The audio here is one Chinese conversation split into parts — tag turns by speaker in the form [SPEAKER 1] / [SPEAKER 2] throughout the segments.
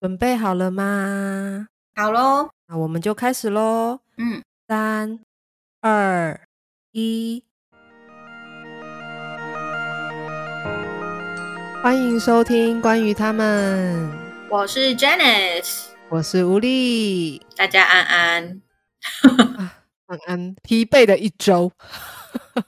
[SPEAKER 1] 准备好了吗？
[SPEAKER 2] 好喽，
[SPEAKER 1] 那我们就开始喽！
[SPEAKER 2] 嗯，
[SPEAKER 1] 三、二、一，欢迎收听关于他们，
[SPEAKER 2] 我是 Janice，
[SPEAKER 1] 我是吴丽。
[SPEAKER 2] 大家安安。
[SPEAKER 1] 安安疲惫的一周，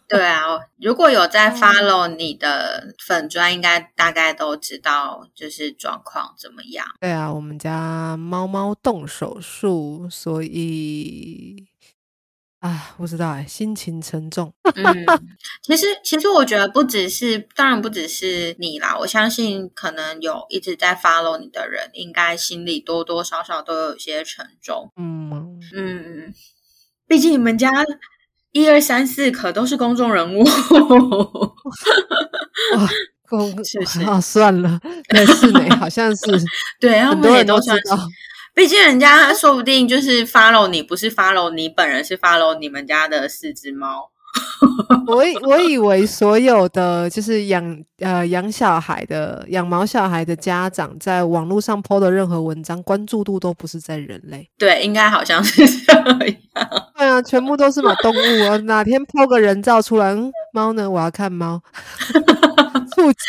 [SPEAKER 2] 对啊， 如果有在 follow 你的粉砖，应该大概都知道就是状况怎么样。
[SPEAKER 1] 对啊，我们家猫猫动手术，所以啊，不知道哎、心情沉重。
[SPEAKER 2] 嗯， 其实其实我觉得不只是，当然不只是你啦，我相信可能有一直在 follow 你的人，应该心里多多少少都有一些沉重。
[SPEAKER 1] 嗯，
[SPEAKER 2] 嗯，毕竟你们家一二三四可都是公众人物。
[SPEAKER 1] 哇，公
[SPEAKER 2] 是不 是
[SPEAKER 1] 啊，算 了，对，是呢，好像是
[SPEAKER 2] 对，他
[SPEAKER 1] 很
[SPEAKER 2] 们
[SPEAKER 1] 多
[SPEAKER 2] 也
[SPEAKER 1] 人都知
[SPEAKER 2] 算是
[SPEAKER 1] 道。
[SPEAKER 2] 毕竟人家说不定就是 follow 你，不是 follow 你本人，是 follow 你们家的四只猫。
[SPEAKER 1] 我以我以为所有的就是养呃养小孩的养毛小孩的家长，在网络上 PO 的任何文章，关注度都不是在人类。
[SPEAKER 2] 对，应该好像是这样。
[SPEAKER 1] 对啊，全部都是嘛动物啊！哪天抛个人造出来，嗯猫呢？我要看猫， 触及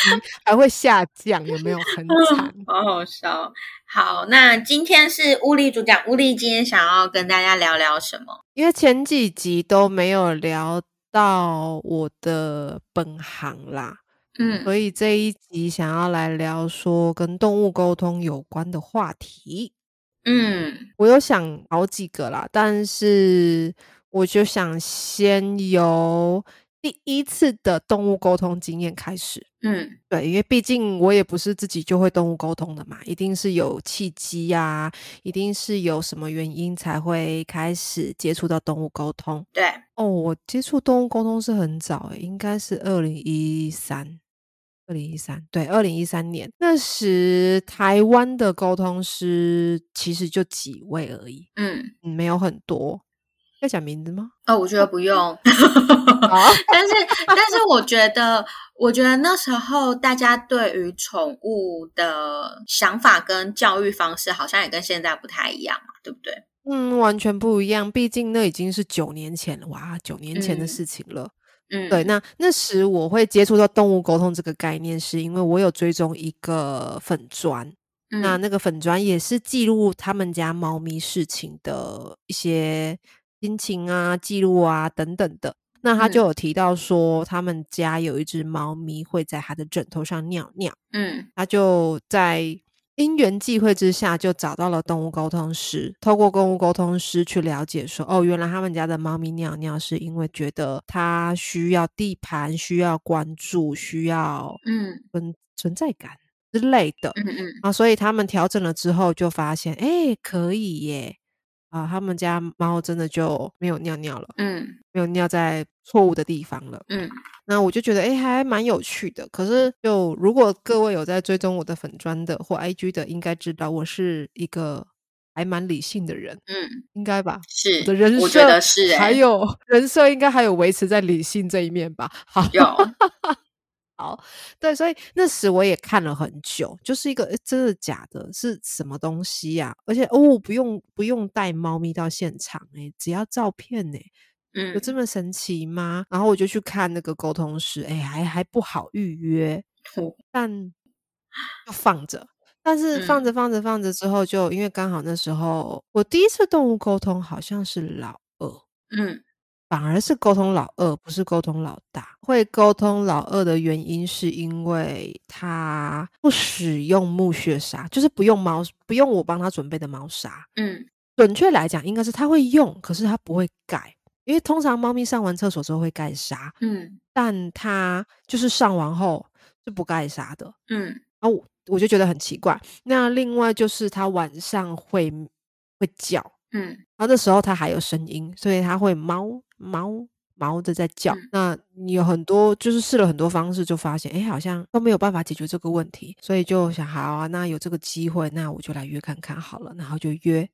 [SPEAKER 1] 还会下降，有没有很惨？
[SPEAKER 2] 好好笑。好，那今天是乌力主讲，乌力今天想要跟大家聊聊什么？
[SPEAKER 1] 因为前几集都没有聊到我的本行啦，
[SPEAKER 2] 嗯
[SPEAKER 1] 所以这一集想要来聊说跟动物沟通有关的话题。
[SPEAKER 2] 嗯
[SPEAKER 1] 我有想好几个啦，但是我就想先由第一次的动物沟通经验开始。
[SPEAKER 2] 嗯
[SPEAKER 1] 对，因为毕竟我也不是自己就会动物沟通的嘛，一定是有契机呀、一定是有什么原因才会开始接触到动物沟通。
[SPEAKER 2] 对，
[SPEAKER 1] 哦，我接触动物沟通是很早诶，应该是二零一三，二零一三，对，二零一三年。那时台湾的沟通师其实就几位而已，
[SPEAKER 2] 嗯。
[SPEAKER 1] 嗯没有很多。要讲名字 吗？
[SPEAKER 2] 哦，我觉得 不用。
[SPEAKER 1] 啊，
[SPEAKER 2] 但是，但是我觉得，我觉得那时候大家对于宠物的想法跟教育方式，好像也跟现在不太一样嘛，对不对？
[SPEAKER 1] 嗯，完全不一样，毕竟那已经是九年前了，哇，九年前的
[SPEAKER 2] 嗯
[SPEAKER 1] 事情了。
[SPEAKER 2] 嗯，
[SPEAKER 1] 对，那那时我会接触到动物沟通这个概念，是因为我有追踪一个粉砖，那
[SPEAKER 2] 嗯
[SPEAKER 1] 那个粉砖也是记录他们家猫咪事情的一些心情啊、记录啊等等的。那他就
[SPEAKER 2] 嗯
[SPEAKER 1] 有提到说，他们家有一只猫咪会在他的枕头上尿尿，
[SPEAKER 2] 嗯
[SPEAKER 1] 他就在。因缘际会之下，就找到了动物沟通师，透过动物沟通师去了解说，哦，原来他们家的猫咪尿尿是因为觉得它需要地盘、需要关注、需要
[SPEAKER 2] 嗯
[SPEAKER 1] 存存在感之类的。
[SPEAKER 2] 嗯嗯
[SPEAKER 1] 啊，所以他们调整了之后，就发现，哎、可以耶，啊，他们家猫真的就没有尿尿了，
[SPEAKER 2] 嗯
[SPEAKER 1] 没有尿在错误的地方了。
[SPEAKER 2] 嗯
[SPEAKER 1] 那我就觉得，哎、还蛮有趣的。可是，就如果各位有在追踪我的粉砖的或 IG 的，应该知道我是一个还蛮理性的人，
[SPEAKER 2] 嗯，
[SPEAKER 1] 应该吧？
[SPEAKER 2] 是
[SPEAKER 1] 我的，人
[SPEAKER 2] 我觉
[SPEAKER 1] 设
[SPEAKER 2] 得是、欸，
[SPEAKER 1] 还有人设，应该还有维持在理性这一面吧？好，
[SPEAKER 2] 有，
[SPEAKER 1] 好，对，所以那时我也看了很久，就是一个诶真的假的，是什么东西呀、而且哦，不用不用带猫咪到现场、欸，只要照片、欸，有这
[SPEAKER 2] 嗯，
[SPEAKER 1] 么神奇吗？然后我就去看那个沟通师，哎、还还不好预 约，
[SPEAKER 2] 我
[SPEAKER 1] 但就放着。但是放
[SPEAKER 2] 嗯
[SPEAKER 1] 着放着放着之后就，因为刚好那时候我第一次动物沟通好像是老二，
[SPEAKER 2] 嗯
[SPEAKER 1] 反而是沟通老二，不是沟通老大。会沟通老二的原因是因为他不使用木屑砂，就是不用猫，不用我帮他准备的猫砂。
[SPEAKER 2] 嗯
[SPEAKER 1] 准确来讲，应该是他会用，可是他不会盖，因为通常猫咪上完厕所之后会盖沙，
[SPEAKER 2] 嗯
[SPEAKER 1] 但它就是上完后是不盖沙的。
[SPEAKER 2] 嗯
[SPEAKER 1] 啊，我我就觉得很奇怪。那另外就是它晚上会会叫，
[SPEAKER 2] 嗯
[SPEAKER 1] 然后那时候它还有声音，所以它会猫猫猫的在叫。
[SPEAKER 2] 嗯
[SPEAKER 1] 那你有很多就是试了很多方式，就发现哎，诶好像都没有办法解决这个问题，所以就想好啊，那有这个机会，那我就来约看看好了，然后就约。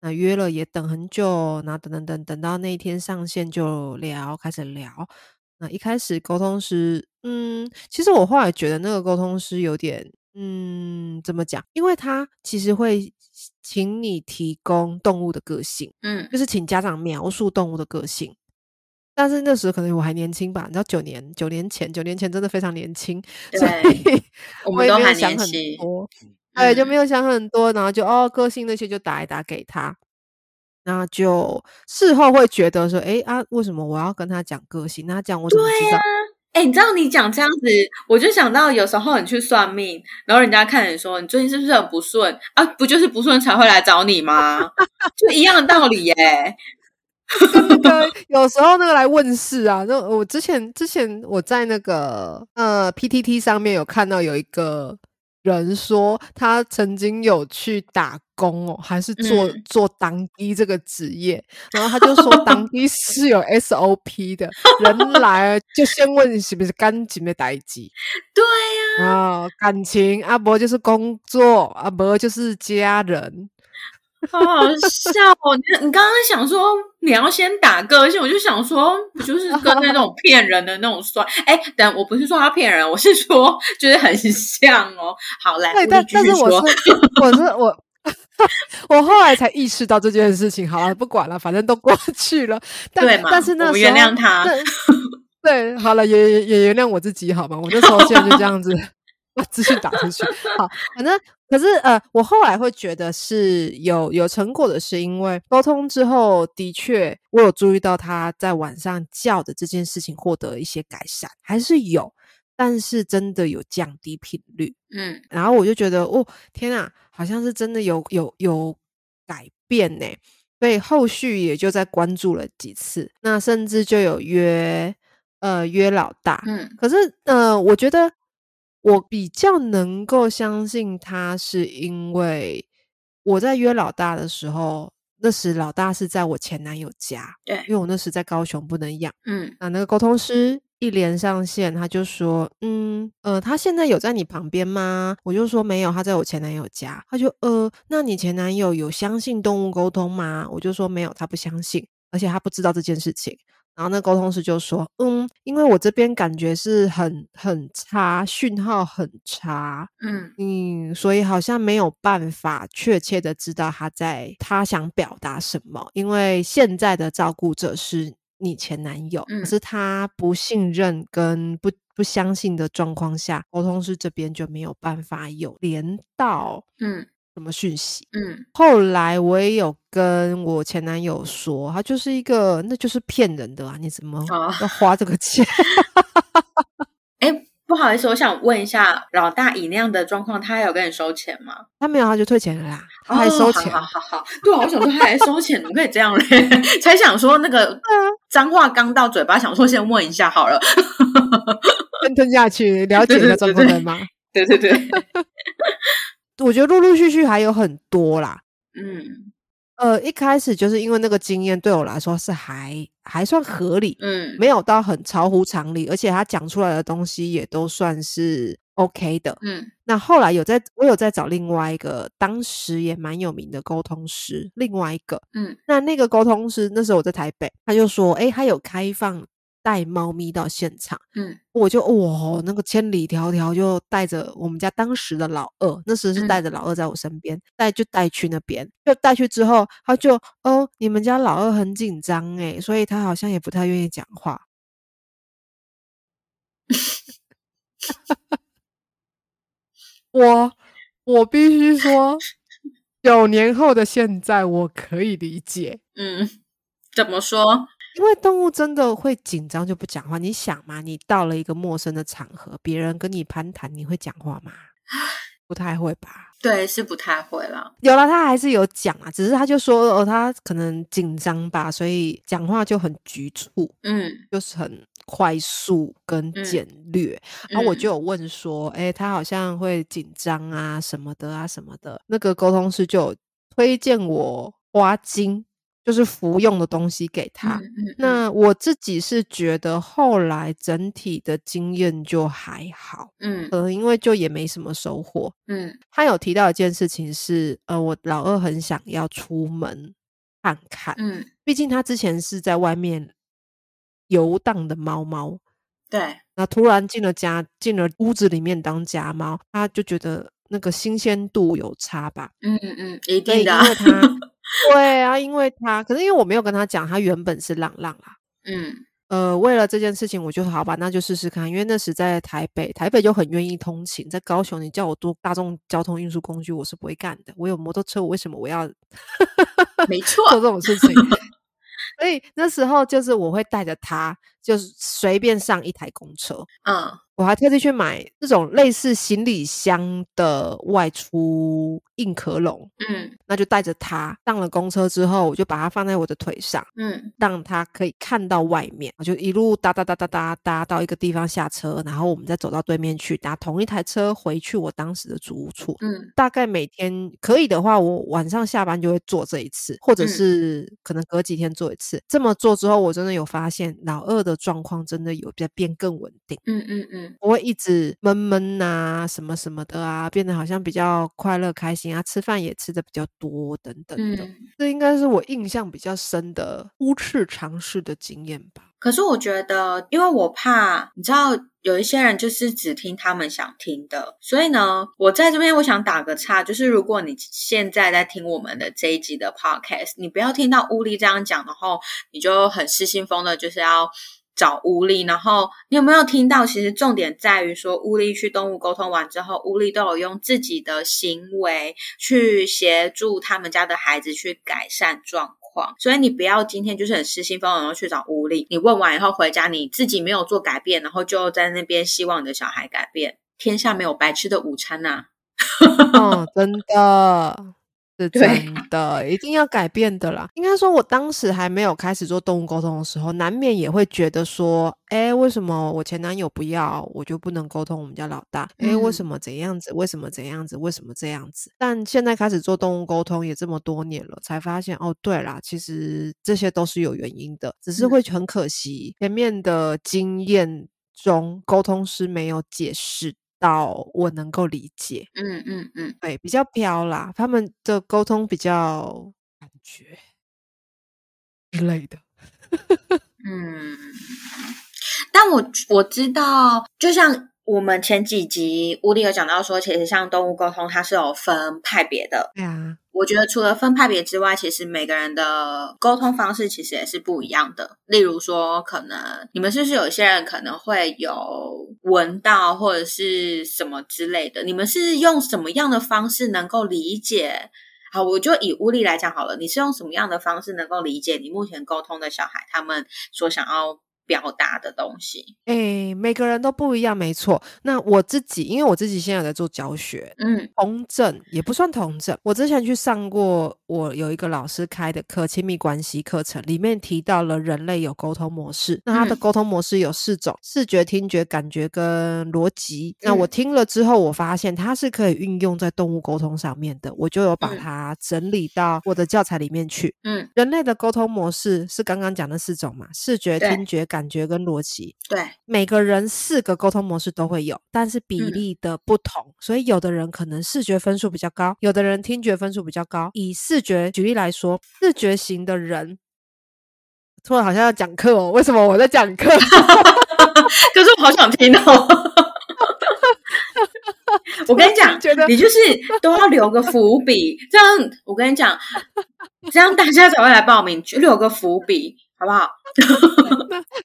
[SPEAKER 1] 那约了也等很久，然后等等等等到那一天上线就聊，开始聊。那一开始沟通师，嗯，其实我后来觉得那个沟通师有点，嗯，怎么讲？因为他其实会请你提供动物的个性，
[SPEAKER 2] 嗯
[SPEAKER 1] 就是请家长描述动物的个性。但是那时候可能我还年轻吧，你知道九年九年前，九年前真的非常年轻，所
[SPEAKER 2] 对，
[SPEAKER 1] 以
[SPEAKER 2] 我
[SPEAKER 1] 我
[SPEAKER 2] 们
[SPEAKER 1] 也
[SPEAKER 2] 都
[SPEAKER 1] 没有
[SPEAKER 2] 很
[SPEAKER 1] 想
[SPEAKER 2] 年
[SPEAKER 1] 很
[SPEAKER 2] 轻，
[SPEAKER 1] 多，对，就没
[SPEAKER 2] 嗯
[SPEAKER 1] 有想很多，然后就哦个性那些就打一打给他，那就事后会觉得说，诶啊，为什么我要跟他讲个性？那这样我怎么知道？
[SPEAKER 2] 哎、你知道你讲这样子，我就想到有时候你去算命，然后人家看你说你最近是不是很不顺啊？不就是不顺才会来找你吗？就一样的道理耶、
[SPEAKER 1] 跟那个有时候那个来问世啊，那我之前之前我在那个呃 PTT 上面有看到有一个人说，他曾经有去打工哦，还是做
[SPEAKER 2] 嗯，
[SPEAKER 1] 做当机这个职业，然后他就说当机是有 SOP 的，人来了就先问你是不是干净的代机。
[SPEAKER 2] 对呀、
[SPEAKER 1] 啊，感情啊，伯就是工作，啊，伯就是家人，
[SPEAKER 2] 好好笑哦！你你刚刚想说你要先打个性，我就想说，不就是跟那种骗人的那种算？哎，等我不是说他骗人，我是说就是很像哦。好，来，
[SPEAKER 1] 对，
[SPEAKER 2] 狐狸
[SPEAKER 1] 但
[SPEAKER 2] 继
[SPEAKER 1] 但
[SPEAKER 2] 续
[SPEAKER 1] 是我是
[SPEAKER 2] 说。
[SPEAKER 1] 我是我， 我后来才意识到这件事情。好了，不管了，反正都过去了。但
[SPEAKER 2] 对
[SPEAKER 1] 但
[SPEAKER 2] 嘛，
[SPEAKER 1] 是
[SPEAKER 2] 我
[SPEAKER 1] 那
[SPEAKER 2] 们
[SPEAKER 1] 时
[SPEAKER 2] 原
[SPEAKER 1] 候，
[SPEAKER 2] 谅他。
[SPEAKER 1] 那对，好了，也也也原谅我自己，好吗？我那时候现在就这样子 把资讯打出去。好，反正可是呃，我后来会觉得是有有成果的，是因为沟通之后，的确我有注意到他在晚上叫的这件事情获得一些改善，还是有，但是真的有降低频率。
[SPEAKER 2] 嗯
[SPEAKER 1] 然后我就觉得，哦，天啊，好像是真的有有有改变呢，所以后续也就在关注了几次，那甚至就有约，呃，约老大。
[SPEAKER 2] 嗯
[SPEAKER 1] 可是，呃，我觉得我比较能够相信他，是因为我在约老大的时候，那时老大是在我前男友家，
[SPEAKER 2] 对，
[SPEAKER 1] 因为我那时在高雄不能养。
[SPEAKER 2] 嗯
[SPEAKER 1] 啊，那个沟通师一连上线，他就说，嗯，呃，他现在有在你旁边吗？我就说没有，他在我前男友家。他就，呃，那你前男友有相信动物沟通吗？我就说没有，他不相信，而且他不知道这件事情。然后那沟通师就说，嗯，因为我这边感觉是很很差，讯号很差。
[SPEAKER 2] 嗯
[SPEAKER 1] 嗯，所以好像没有办法确切的知道他在他想表达什么，因为现在的照顾者是你前男友，可是
[SPEAKER 2] 嗯
[SPEAKER 1] 他不信任跟不不相信的状况下，沟通师这边就没有办法有连到
[SPEAKER 2] 嗯
[SPEAKER 1] 什么讯息。
[SPEAKER 2] 嗯，
[SPEAKER 1] 后来我也有跟我前男友说，他就是一个，那就是骗人的啊！你怎么
[SPEAKER 2] 哦，
[SPEAKER 1] 要花这个钱？
[SPEAKER 2] 哎，不好意思，我想问一下，老大以那样的状况，他有跟你收钱吗？
[SPEAKER 1] 他没有，他就退钱了啦，他还
[SPEAKER 2] 哦，
[SPEAKER 1] 收
[SPEAKER 2] 好好
[SPEAKER 1] 钱。
[SPEAKER 2] 好好，对啊，我想说他还收钱，怎么可以这样嘞？ 才想说那个
[SPEAKER 1] 对啊，
[SPEAKER 2] 脏话刚到嘴巴，想说先问一下好了。
[SPEAKER 1] 先 吞下去，了
[SPEAKER 2] 对
[SPEAKER 1] 解一
[SPEAKER 2] 对
[SPEAKER 1] 下状
[SPEAKER 2] 对
[SPEAKER 1] 况
[SPEAKER 2] 对
[SPEAKER 1] 再骂。
[SPEAKER 2] 对对对，
[SPEAKER 1] 我觉得陆陆续续还有很多啦。
[SPEAKER 2] 嗯
[SPEAKER 1] 呃，一开始就是因为那个经验对我来说是还还算合理，
[SPEAKER 2] 嗯
[SPEAKER 1] 没有到很超乎常理，而且他讲出来的东西也都算是 OK 的。
[SPEAKER 2] 嗯
[SPEAKER 1] 那后来有在，我有在找另外一个，当时也蛮有名的沟通师，另外一个。
[SPEAKER 2] 嗯
[SPEAKER 1] 那那个沟通师那时候我在台北，他就说，诶，他有开放带猫咪到现场。
[SPEAKER 2] 嗯
[SPEAKER 1] 我就哇，那个千里迢迢就带着我们家当时的老二，那时是带
[SPEAKER 2] 嗯
[SPEAKER 1] 着老二在我身边，带就带去那边，就带去之后，他就哦，你们家老二很紧张诶，所以他好像也不太愿意讲话。 我我必须说，九年后的现在，我可以理解，
[SPEAKER 2] 嗯，怎么说？
[SPEAKER 1] 因为动物真的会紧张就不讲话。你想嘛，你到了一个陌生的场合，别人跟你攀谈，你会讲话吗？不太会吧。
[SPEAKER 2] 对，是不太会啦。
[SPEAKER 1] 有了，他还是有讲啊，只是他就说哦，他可能紧张吧，所以讲话就很局促，
[SPEAKER 2] 嗯
[SPEAKER 1] 就是很快速跟
[SPEAKER 2] 嗯
[SPEAKER 1] 简略。然后我就
[SPEAKER 2] 嗯
[SPEAKER 1] 有问说，诶，他好像会紧张啊什么的啊什么的。那个沟通师就有推荐我花精，就是服用的东西给
[SPEAKER 2] 嗯
[SPEAKER 1] 他。
[SPEAKER 2] 嗯嗯
[SPEAKER 1] 那我自己是觉得后来整体的经验就还好，
[SPEAKER 2] 嗯
[SPEAKER 1] 可能因为就也没什么收获。
[SPEAKER 2] 嗯
[SPEAKER 1] 他有提到一件事情是，呃，我老二很想要出门看看，
[SPEAKER 2] 嗯，
[SPEAKER 1] 毕竟他之前是在外面游荡的猫猫，
[SPEAKER 2] 对，
[SPEAKER 1] 那突然进了家，进了屋子里面当家猫，他就觉得那个新鲜度有差吧。
[SPEAKER 2] 嗯嗯，一
[SPEAKER 1] 所以
[SPEAKER 2] 定
[SPEAKER 1] 因
[SPEAKER 2] 的啊。
[SPEAKER 1] 为 他，对啊，因为他，可是因为我没有跟他讲，他原本是浪啊浪啦。
[SPEAKER 2] 嗯
[SPEAKER 1] 呃，为了这件事情，我就好吧，那就试试看。因为那时在台北，台北就很愿意通勤，在高雄，你叫我坐大众交通运输工具，我是不会干的。我有摩托车，我为什么我要
[SPEAKER 2] 没
[SPEAKER 1] 做
[SPEAKER 2] 错，
[SPEAKER 1] 这种事情？所以那时候就是我会带着他，就是随便上一台公车，
[SPEAKER 2] 嗯
[SPEAKER 1] 我还特地去买这种类似行李箱的外出硬壳笼，
[SPEAKER 2] 嗯
[SPEAKER 1] 那就带着它上了公车之后，我就把它放在我的腿上，
[SPEAKER 2] 嗯
[SPEAKER 1] 让它可以看到外面。我就一路哒哒哒哒哒哒到一个地方下车，然后我们再走到对面去搭同一台车回去我当时的租屋处。
[SPEAKER 2] 嗯
[SPEAKER 1] 大概每天可以的话，我晚上下班就会做这一次，或者
[SPEAKER 2] 嗯
[SPEAKER 1] 是可能隔几天做一次。这么做之后，我真的有发现老二的状况真的有在变更稳定。
[SPEAKER 2] 嗯嗯嗯，
[SPEAKER 1] 不会一直闷闷呐、什么什么的啊，变得好像比较快乐开心啊，吃饭也吃的比较多等等的。
[SPEAKER 2] 嗯。
[SPEAKER 1] 这应该是我印象比较深的初次尝试的经验吧。
[SPEAKER 2] 可是我觉得，因为我怕，你知道，有一些人就是只听他们想听的，所以呢，我在这边我想打个岔，就是如果你现在在听我们的这一集的 podcast，你不要听到乌力这样讲，然后你就很失心疯的，就是要找乌力。然后你有没有听到？其实重点在于说，乌力去动物沟通完之后，乌力都有用自己的行为去协助他们家的孩子去改善状况。所以你不要今天就是很失心疯，然后去找乌力。你问完以后回家，你自己没有做改变，然后就在那边希望你的小孩改变。天下没有白吃的午餐呐、
[SPEAKER 1] 嗯，真的。是
[SPEAKER 2] 哦对
[SPEAKER 1] 真的，一定要改变的啦。应该说，我当时还没有开始做动物沟通的时候，难免也会觉得说，哎，为什么我前男友不要，我就不能沟通我们家老大？哎，为
[SPEAKER 2] 嗯
[SPEAKER 1] 什么怎样子？为什么怎样子？为什么这样子？但现在开始做动物沟通也这么多年了，才发现哦，对啦，其实这些都是有原因的，只是
[SPEAKER 2] 嗯
[SPEAKER 1] 会很可惜前面的经验中，沟通师没有解释到我能够理解。
[SPEAKER 2] 嗯嗯嗯，
[SPEAKER 1] 对，比较飘啦，他们的沟通比较感觉之类的。
[SPEAKER 2] 嗯，但我我知道，就像我们前几集乌力有讲到说，其实像动物沟通，它是有分派别的。
[SPEAKER 1] 对啊，
[SPEAKER 2] 我觉得除了分派别之外，其实每个人的沟通方式其实也是不一样的。例如说，可能你们是不是有些人可能会有闻到或者是什么之类的？你们是用什么样的方式能够理解？好，我就以乌力来讲好了。你是用什么样的方式能够理解你目前沟通的小孩他们所想要表达的东西？
[SPEAKER 1] 诶，每个人都不一样，没错。那我自己，因为我自己现在有在做教学，
[SPEAKER 2] 嗯
[SPEAKER 1] 童症也不算童症。我之前去上过，我有一个老师开的课，亲密关系课程，里面提到了人类有沟通模式。那他的
[SPEAKER 2] 嗯
[SPEAKER 1] 沟通模式有四种：视觉、听觉、感觉跟逻辑。那我
[SPEAKER 2] 嗯
[SPEAKER 1] 听了之后，我发现它是可以运用在动物沟通上面的，我就有把
[SPEAKER 2] 嗯
[SPEAKER 1] 它整理到我的教材里面去。
[SPEAKER 2] 嗯，
[SPEAKER 1] 人类的沟通模式是刚刚讲的四种嘛：视觉、
[SPEAKER 2] 对
[SPEAKER 1] 听觉、感觉跟逻辑。
[SPEAKER 2] 对，
[SPEAKER 1] 每个人四个沟通模式都会有，但是比
[SPEAKER 2] 嗯
[SPEAKER 1] 例的不同，所以有的人可能视觉分数比较高，有的人听觉分数比较高。以视觉举例来说，视觉型的人，突然好像要讲课哦，为什么我在讲课？
[SPEAKER 2] 可是我好想听哦。 我跟你讲
[SPEAKER 1] 觉得，
[SPEAKER 2] 你就是都要留个伏笔，这样我跟你讲，这样大家才会来报名，就留个伏笔，好不好？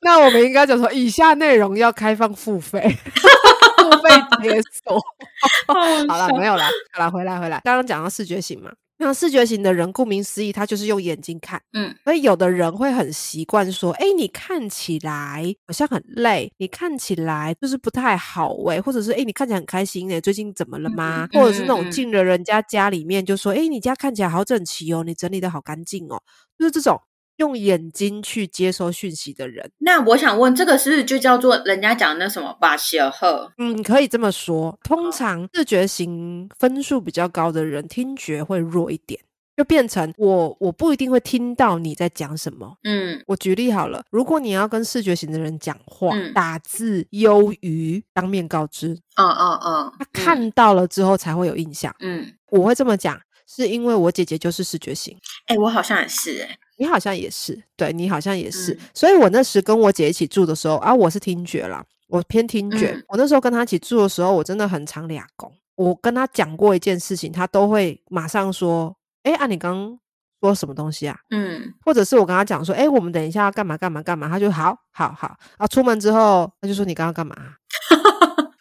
[SPEAKER 1] 那我们应该讲说，以下内容要开放付费， 付费解锁。 好了，没有啦，好啦，回来回来。刚刚讲到视觉型嘛，那视觉型的人，顾名思义，他就是用眼睛看。
[SPEAKER 2] 嗯，
[SPEAKER 1] 所以有的人会很习惯说：“哎，你看起来好像很累，你看起来就是不太好喂、或者是哎，诶你看起来很开心呢、最近怎么了吗？”
[SPEAKER 2] 嗯
[SPEAKER 1] 或者是那
[SPEAKER 2] 嗯
[SPEAKER 1] 种
[SPEAKER 2] 嗯
[SPEAKER 1] 进了人家家里面就说：“哎，你家看起来好整齐哦，你整理的好干净哦。”就是这种用眼睛去接收讯息的人。
[SPEAKER 2] 那我想问，这个是不是就叫做人家讲的那什么巴西尔赫？
[SPEAKER 1] 嗯，可以这么说。通
[SPEAKER 2] 哦
[SPEAKER 1] 常视觉型分数比较高的人，听觉会弱一点，就变成我我不一定会听到你在讲什么。
[SPEAKER 2] 嗯
[SPEAKER 1] 我举例好了，如果你要跟视觉型的人讲话，
[SPEAKER 2] 嗯
[SPEAKER 1] 打字优于当面告知，
[SPEAKER 2] 嗯嗯嗯，
[SPEAKER 1] 他看到了之后才会有印象。
[SPEAKER 2] 嗯，
[SPEAKER 1] 我会这么讲，是因为我姐姐就是视觉型。
[SPEAKER 2] 哎、我好像也是、哎，
[SPEAKER 1] 你好像也是，对你好像也是，
[SPEAKER 2] 嗯
[SPEAKER 1] 所以我那时跟我姐一起住的时候啊，我是听觉啦，我偏听觉。
[SPEAKER 2] 嗯
[SPEAKER 1] 我那时候跟她一起住的时候，我真的很常俩工，我跟他讲过一件事情，他都会马上说：“哎，啊，你刚刚说什么东西啊？”
[SPEAKER 2] 嗯，
[SPEAKER 1] 或者是我跟他讲说：“哎，我们等一下要干嘛干嘛干嘛。”他就好好好啊。出门之后，他就说：“你刚刚干嘛？”啊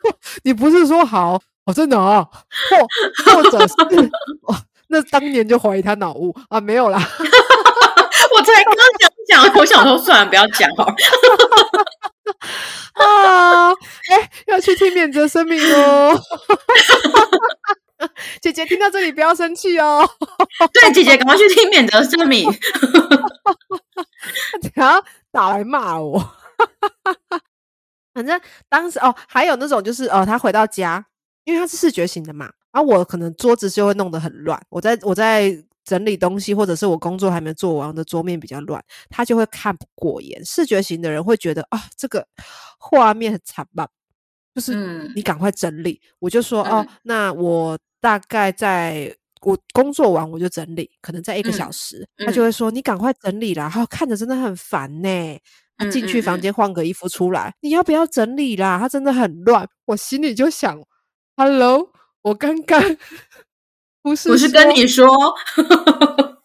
[SPEAKER 1] 你不是说好哦？真的哦？或或者是 哦，那当年就怀疑他脑雾啊？没有啦，
[SPEAKER 2] 我才刚想讲，我想说算了，不要讲好了。
[SPEAKER 1] 啊， 哎，要去听免责声明哦。 姐姐听到这里不要生气哦。
[SPEAKER 2] 对，姐姐赶快去听免责声明。
[SPEAKER 1] 然后打来骂我。 反正当时哦，还有那种就是哦，他回到家，因为他是视觉型的嘛，然后我可能桌子就会弄得很乱，我在我在整理东西，或者是我工作还没做完，我的桌面比较乱，他就会看不过眼。视觉型的人会觉得啊、这个画面很惨吧，就是
[SPEAKER 2] 嗯
[SPEAKER 1] 你赶快整理。我就说哦
[SPEAKER 2] 嗯，
[SPEAKER 1] 那我大概在我工作完我就整理，可能在一个小
[SPEAKER 2] 嗯
[SPEAKER 1] 时，他就
[SPEAKER 2] 嗯
[SPEAKER 1] 会说你赶快整理啦，然后看着真的很烦呢、啊
[SPEAKER 2] 嗯
[SPEAKER 1] 进去
[SPEAKER 2] 嗯
[SPEAKER 1] 房
[SPEAKER 2] 嗯
[SPEAKER 1] 间换个衣服出来，你要不要整理啦？他真的很乱，我心里就想，Hello，我刚刚不是
[SPEAKER 2] 我是跟
[SPEAKER 1] 说
[SPEAKER 2] 你说，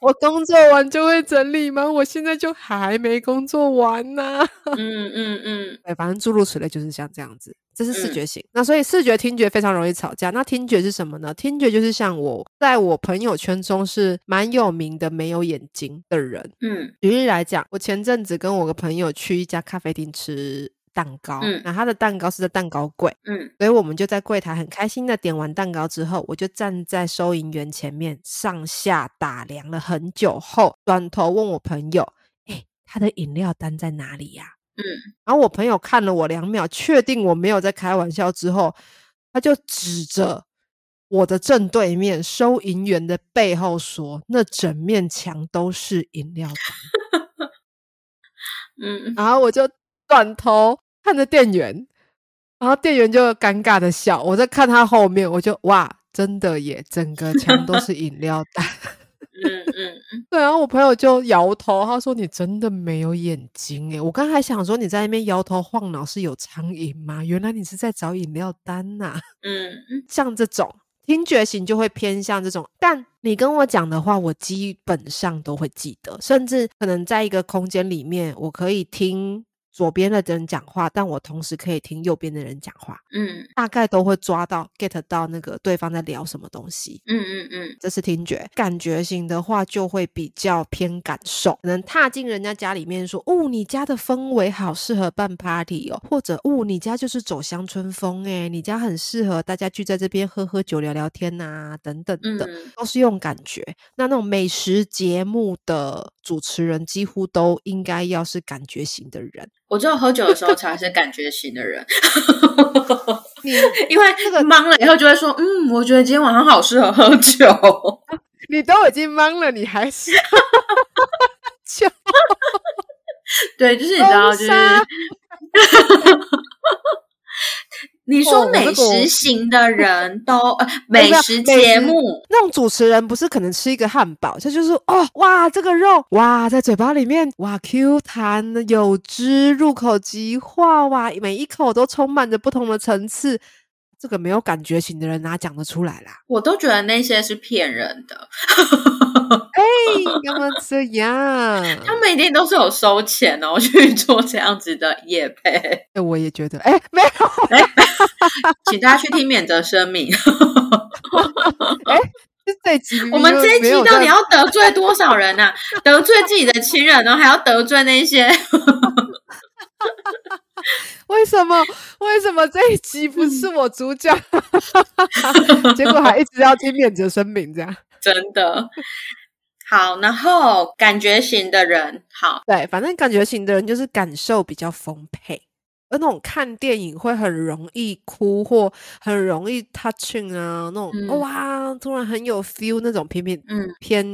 [SPEAKER 1] 我工作完就会整理吗？我现在就还没工作完呢、
[SPEAKER 2] 嗯嗯嗯，
[SPEAKER 1] 对，反正诸如此类，就是像这样子，这是视
[SPEAKER 2] 嗯
[SPEAKER 1] 觉型。那所以视觉、听觉非常容易吵架。那听觉是什么呢？听觉就是像我在我朋友圈中是蛮有名的没有眼睛的人。
[SPEAKER 2] 嗯
[SPEAKER 1] 举例来讲，我前阵子跟我个朋友去一家咖啡厅吃蛋糕，
[SPEAKER 2] 嗯
[SPEAKER 1] 那他的蛋糕是在蛋糕柜，
[SPEAKER 2] 嗯
[SPEAKER 1] 所以我们就在柜台很开心的点完蛋糕之后，我就站在收银员前面上下打量了很久后，转头问我朋友：“哎、他的饮料单在哪里呀、
[SPEAKER 2] 嗯，
[SPEAKER 1] 然后我朋友看了我两秒，确定我没有在开玩笑之后，他就指着我的正对面收银员的背后说：“那整面墙都是饮料单。”
[SPEAKER 2] 嗯
[SPEAKER 1] 然后我就转头看着店员，然后店员就尴尬的笑。我在看他后面，我就哇，真的耶，整个墙都是饮料袋。
[SPEAKER 2] 嗯嗯，
[SPEAKER 1] 对，然后我朋友就摇头，他说：“你真的没有眼睛诶，我刚才想说你在那边摇头晃脑是有苍蝇吗？原来你是在找饮料单呐、
[SPEAKER 2] 嗯嗯
[SPEAKER 1] 像这种听觉型就会偏向这种，但你跟我讲的话，我基本上都会记得，甚至可能在一个空间里面，我可以听左边的人讲话，但我同时可以听右边的人讲话，
[SPEAKER 2] 嗯
[SPEAKER 1] 大概都会抓到 get 到那个对方在聊什么东西。
[SPEAKER 2] 嗯嗯嗯
[SPEAKER 1] 这是听觉，感觉型的话就会比较偏感受，可能踏进人家家里面说，哦，你家的氛围好适合办 party 哦，或者哦，你家就是走乡村风诶，你家很适合大家聚在这边喝喝酒、聊聊天呐、等等
[SPEAKER 2] 嗯
[SPEAKER 1] 的。都是用感觉，那那种美食节目的主持人几乎都应该要是感觉型的人。
[SPEAKER 2] 我只有喝酒的时候才是感觉型的人，
[SPEAKER 1] 你
[SPEAKER 2] 因为
[SPEAKER 1] 这 个
[SPEAKER 2] 忙了以后就会说，嗯，我觉得今天晚上好适合喝酒。
[SPEAKER 1] 你都已经懵了，你还是就
[SPEAKER 2] 对，就是你知道，
[SPEAKER 1] 封
[SPEAKER 2] 就是
[SPEAKER 1] 杀
[SPEAKER 2] 你
[SPEAKER 1] 哦
[SPEAKER 2] 说
[SPEAKER 1] 我
[SPEAKER 2] 美
[SPEAKER 1] 这个我
[SPEAKER 2] 食型的人 都呃美
[SPEAKER 1] 有
[SPEAKER 2] 食
[SPEAKER 1] 美食
[SPEAKER 2] 节目，
[SPEAKER 1] 那种主持人不是可能吃一个汉堡，他就是哦哇这个肉哇在嘴巴里面哇 Q 弹有汁，入口即化哇，每一口都充满着不同的层次。这个没有感觉型的人哪讲得出来啦？
[SPEAKER 2] 我都觉得那些是骗人的，
[SPEAKER 1] 哎，干嘛这样？
[SPEAKER 2] 他们一定都是有收钱然后去做这样子的业配，
[SPEAKER 1] 哎，我也觉得，哎，没有，
[SPEAKER 2] 请大家去听免责声明。
[SPEAKER 1] 这集明明
[SPEAKER 2] 我们
[SPEAKER 1] 就
[SPEAKER 2] 这一
[SPEAKER 1] 没有
[SPEAKER 2] 集到
[SPEAKER 1] 在
[SPEAKER 2] 底要得罪多少人呐、 得罪自己的亲人呢、还要得罪那些？
[SPEAKER 1] 为什么？为什么这一集不是我主角？ 结果还一直要听免责声明，这样
[SPEAKER 2] 真的。好，然后感觉型的人，好，
[SPEAKER 1] 对，反正感觉型的人就是感受比较丰沛，而那种看电影会很容易哭或很容易 touching 啊，那种、
[SPEAKER 2] 嗯
[SPEAKER 1] 哇，突然很有 feel 那种偏偏
[SPEAKER 2] 嗯
[SPEAKER 1] 偏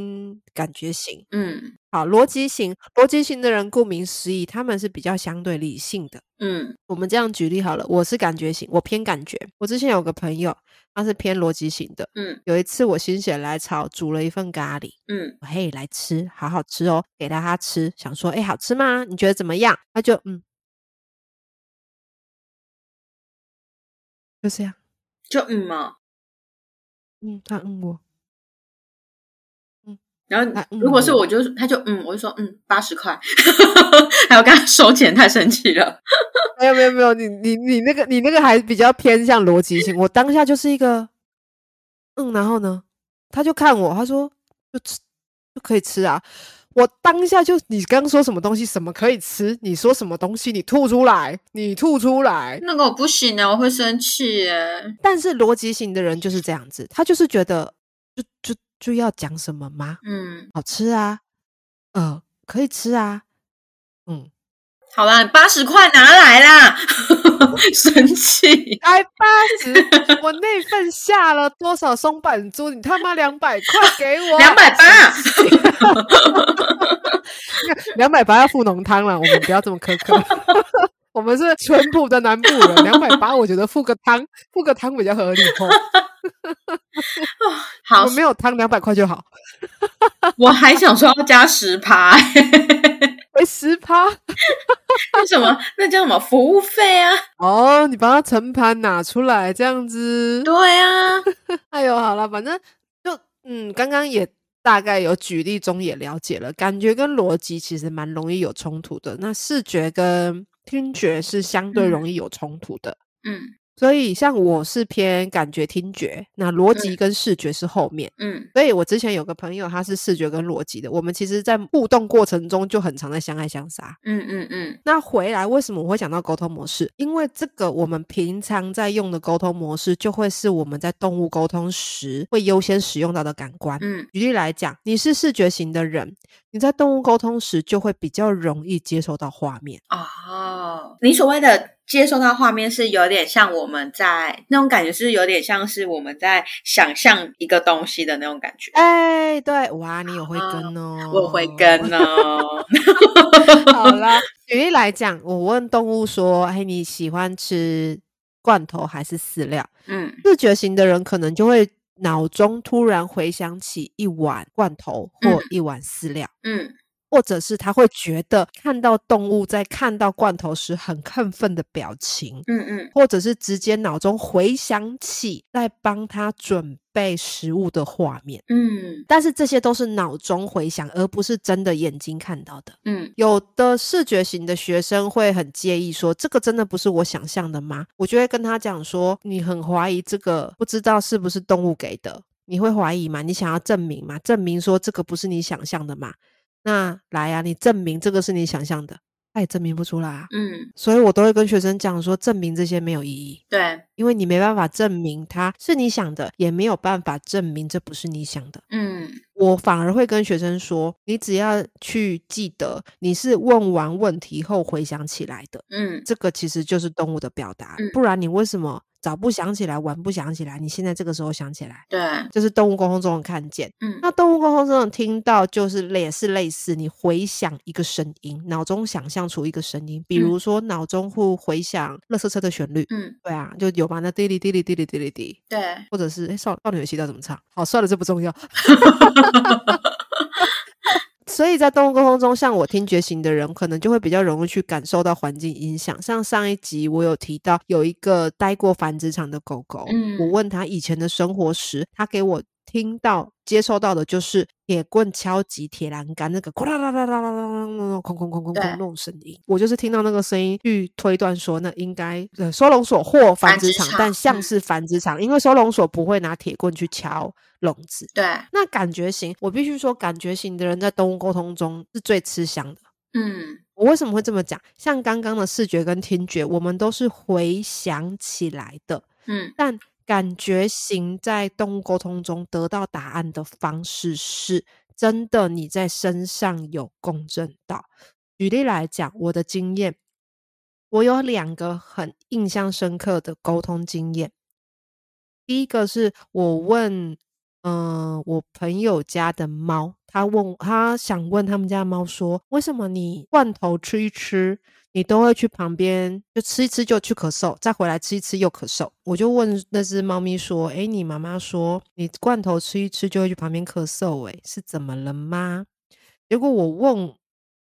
[SPEAKER 1] 感觉型。
[SPEAKER 2] 嗯
[SPEAKER 1] 好，逻辑型，逻辑型的人顾名思义，他们是比较相对理性的。
[SPEAKER 2] 嗯
[SPEAKER 1] 我们这样举例好了，我是感觉型，我偏感觉。我之前有个朋友，他是偏逻辑型的。
[SPEAKER 2] 嗯
[SPEAKER 1] 有一次我心血来潮煮了一份咖喱，
[SPEAKER 2] 嗯
[SPEAKER 1] 我嘿来吃，好好吃哦，给到他吃，想说哎好吃吗？你觉得怎么样？他就嗯，就这样。
[SPEAKER 2] 就嗯嘛，
[SPEAKER 1] 嗯，他嗯我，
[SPEAKER 2] 然后
[SPEAKER 1] 啊嗯
[SPEAKER 2] 如果是我就，他就嗯，我就说嗯，八十块， 还要跟他收钱，太生气了。
[SPEAKER 1] 没有没有没有，你你你那个你那个还比较偏向逻辑性，我当下就是一个，嗯，然后呢，他就看我，他说就吃就可以吃啊，我当下就你刚说什么东西什么可以吃，你说什么东西你吐出来，你吐出来，
[SPEAKER 2] 那个我不行的，我会生气耶。
[SPEAKER 1] 但是逻辑型的人就是这样子，他就是觉得就就就要讲什么吗？
[SPEAKER 2] 嗯，
[SPEAKER 1] 好吃啊，呃，可以吃啊，嗯，
[SPEAKER 2] 好啦，八十块拿来啦， 生气。
[SPEAKER 1] 才八十，我那份下了多少松板猪？你他妈两百块给我，
[SPEAKER 2] 两百八，
[SPEAKER 1] 两百八要付浓汤了，我们不要这么苛刻。 我们是淳朴的南部人，两百八我觉得付个汤，付个汤比较合理哦。
[SPEAKER 2] 好
[SPEAKER 1] 我，没有汤，两百块就好。
[SPEAKER 2] 我还想说要加十趴，
[SPEAKER 1] 为十趴
[SPEAKER 2] 那什么，那叫什么服务费啊？
[SPEAKER 1] 哦，你把它盛盘拿出来，这样子。
[SPEAKER 2] 对啊，
[SPEAKER 1] 哎呦，好了，反正就嗯，刚刚也大概有举例中也了解了，感觉跟逻辑其实蛮容易有冲突的。那视觉跟听觉是相对容易有冲突的，
[SPEAKER 2] 嗯
[SPEAKER 1] 所以像我是偏感觉听觉，那逻辑
[SPEAKER 2] 嗯
[SPEAKER 1] 跟视觉是后面。
[SPEAKER 2] 嗯
[SPEAKER 1] 所以我之前有个朋友，他是视觉跟逻辑的，我们其实在互动过程中就很常在相爱相杀。
[SPEAKER 2] 嗯嗯嗯
[SPEAKER 1] 那回来为什么我会讲到沟通模式？因为这个我们平常在用的沟通模式，就会是我们在动物沟通时会优先使用到的感官。
[SPEAKER 2] 嗯
[SPEAKER 1] 举例来讲，你是视觉型的人，你在动物沟通时就会比较容易接收到画面。
[SPEAKER 2] 哦，你所谓的接收到画面是有点像我们在那种感觉，是有点像是我们在想象一个东西的那种感觉。
[SPEAKER 1] 哎，对，哇，你有慧根哦，
[SPEAKER 2] 啊我会跟哦，
[SPEAKER 1] 好啦，举例来讲，我问动物说：“哎，你喜欢吃罐头还是饲料？”
[SPEAKER 2] 嗯
[SPEAKER 1] 视觉型的人可能就会脑中突然回想起一碗罐头
[SPEAKER 2] 嗯
[SPEAKER 1] 或一碗饲料，
[SPEAKER 2] 嗯
[SPEAKER 1] 或者是他会觉得看到动物在看到罐头时很亢奋的表情，
[SPEAKER 2] 嗯嗯
[SPEAKER 1] 或者是直接脑中回想起在帮他准备食物的画面。
[SPEAKER 2] 嗯
[SPEAKER 1] 但是这些都是脑中回想，而不是真的眼睛看到的。
[SPEAKER 2] 嗯
[SPEAKER 1] 有的视觉型的学生会很介意说，这个真的不是我想象的吗？我就会跟他讲说，你很怀疑这个，不知道是不是动物给的，你会怀疑吗？你想要证明吗？证明说这个不是你想象的吗？那来啊，你证明这个是你想象的，他也证明不出来啊。
[SPEAKER 2] 嗯，
[SPEAKER 1] 所以我都会跟学生讲说，证明这些没有意义，
[SPEAKER 2] 对，
[SPEAKER 1] 因为你没办法证明它是你想的，也没有办法证明这不是你想的。
[SPEAKER 2] 嗯
[SPEAKER 1] 我反而会跟学生说，你只要去记得你是问完问题后回想起来的，
[SPEAKER 2] 嗯
[SPEAKER 1] 这个其实就是动物的表达
[SPEAKER 2] 嗯。
[SPEAKER 1] 不然你为什么早不想起来，晚不想起来？你现在这个时候想起来，
[SPEAKER 2] 对，
[SPEAKER 1] 这是动物沟通中的看见。
[SPEAKER 2] 嗯
[SPEAKER 1] 那动物沟通中的听到，就是类也是类似你回想一个声音，脑中想象出一个声音，比
[SPEAKER 2] 嗯
[SPEAKER 1] 如说脑中会回想垃圾车的旋律。
[SPEAKER 2] 嗯
[SPEAKER 1] 对啊，就有吧？那滴哩滴哩滴哩滴哩滴，
[SPEAKER 2] 对，
[SPEAKER 1] 或者是哎少少女的祈祷怎么唱？好，算了，这不重要。 所以在动物沟通中，像我听觉型的人，可能就会比较容易去感受到环境影响。像上一集我有提到，有一个待过繁殖场的狗狗，
[SPEAKER 2] 嗯
[SPEAKER 1] 我问他以前的生活时，他给我听到、接收到的就是铁棍敲击铁栏杆那个哐啦啦啦啦啦啦啦啦，空空空空空
[SPEAKER 2] 对
[SPEAKER 1] 那种声音。我就是听到那个声音去推断说，那应该呃收容所或繁
[SPEAKER 2] 繁
[SPEAKER 1] 殖
[SPEAKER 2] 殖
[SPEAKER 1] 场，
[SPEAKER 2] 场
[SPEAKER 1] 但像
[SPEAKER 2] 嗯
[SPEAKER 1] 是繁殖场，因为收容所不会拿铁棍去敲笼子。
[SPEAKER 2] 对，
[SPEAKER 1] 那感觉型，我必须说，感觉型的人在动物沟通中是最吃香的。
[SPEAKER 2] 嗯
[SPEAKER 1] 我为什么会这么讲？像刚刚的视觉跟听觉，我们都是回想起来的，
[SPEAKER 2] 嗯
[SPEAKER 1] 但感觉型在动物沟通中得到答案的方式是真的你在身上有共振到。举例来讲，我的经验，我有两个很印象深刻的沟通经验。第一个是我问，嗯、我朋友家的猫，他问他想问他们家的猫说，为什么你罐头吃一吃，你都会去旁边就吃一吃就去咳嗽，再回来吃一吃又咳嗽。我就问那只猫咪说：“诶，你妈妈说你罐头吃一吃就会去旁边咳嗽，诶，是怎么了吗？”结果我问，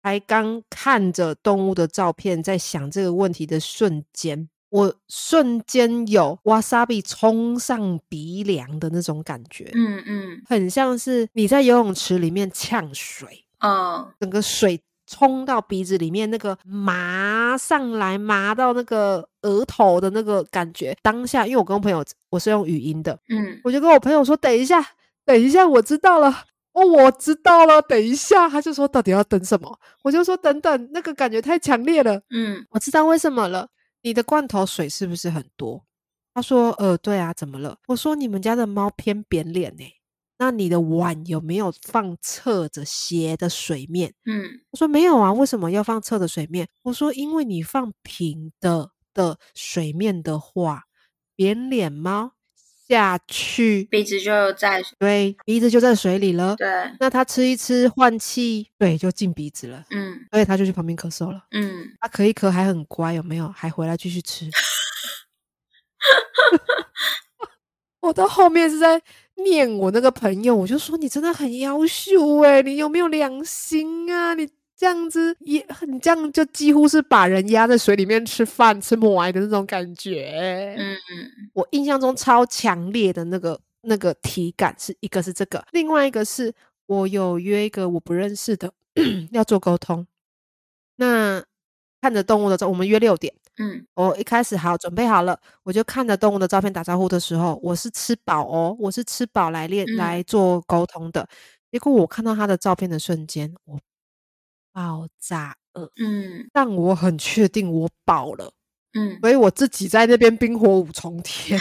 [SPEAKER 1] 还刚看着动物的照片，在想这个问题的瞬间，我瞬间有 wasabi 冲上鼻梁的那种感觉，
[SPEAKER 2] 嗯嗯
[SPEAKER 1] 很像是你在游泳池里面呛水，
[SPEAKER 2] 嗯，
[SPEAKER 1] 整个水冲到鼻子里面，那个麻上来，麻到那个额头的那个感觉。当下，因为我跟朋友我是用语音的，
[SPEAKER 2] 嗯，
[SPEAKER 1] 我就跟我朋友说：“等一下，等一下，我知道了。”哦，我知道了，等一下。他就说：“到底要等什么？”我就说：“等等，那个感觉太强烈了。”
[SPEAKER 2] 嗯
[SPEAKER 1] 我知道为什么了。你的罐头水是不是很多？他说：“呃，对啊，怎么了？”我说：“你们家的猫偏扁脸呢、那你的碗有没有放侧着斜的水面？”
[SPEAKER 2] 嗯
[SPEAKER 1] 我说：“没有啊，为什么要放侧的水面？”我说：“因为你放平的的水面的话，扁脸猫下去，
[SPEAKER 2] 鼻子就在
[SPEAKER 1] 对，鼻子就在水里了。
[SPEAKER 2] 对，
[SPEAKER 1] 那它吃一吃换气，对，就进鼻子了，
[SPEAKER 2] 嗯
[SPEAKER 1] 所以它就去旁边咳嗽了。”
[SPEAKER 2] 嗯，
[SPEAKER 1] 它咳一咳还很乖，有没有？还回来继续吃。我到后面是在念我那个朋友，我就说你真的很优秀哎，你有没有良心啊？你这样子也，你这样就几乎是把人压在水里面吃饭吃母癌的那种感觉。欸
[SPEAKER 2] 嗯
[SPEAKER 1] 我印象中超强烈的那个那个体感是一个是这个，另外一个是我有约一个我不认识的要做沟通，那看着动物的照，我们约六点，
[SPEAKER 2] 嗯
[SPEAKER 1] 我一开始好准备好了，我就看着动物的照片打招呼的时候，我是吃饱哦，我是吃饱来练
[SPEAKER 2] 嗯
[SPEAKER 1] 来做沟通的，结果我看到他的照片的瞬间，我爆炸了，
[SPEAKER 2] 嗯
[SPEAKER 1] 但我很确定我饱了。
[SPEAKER 2] 嗯
[SPEAKER 1] 所以我自己在那边冰火五重天，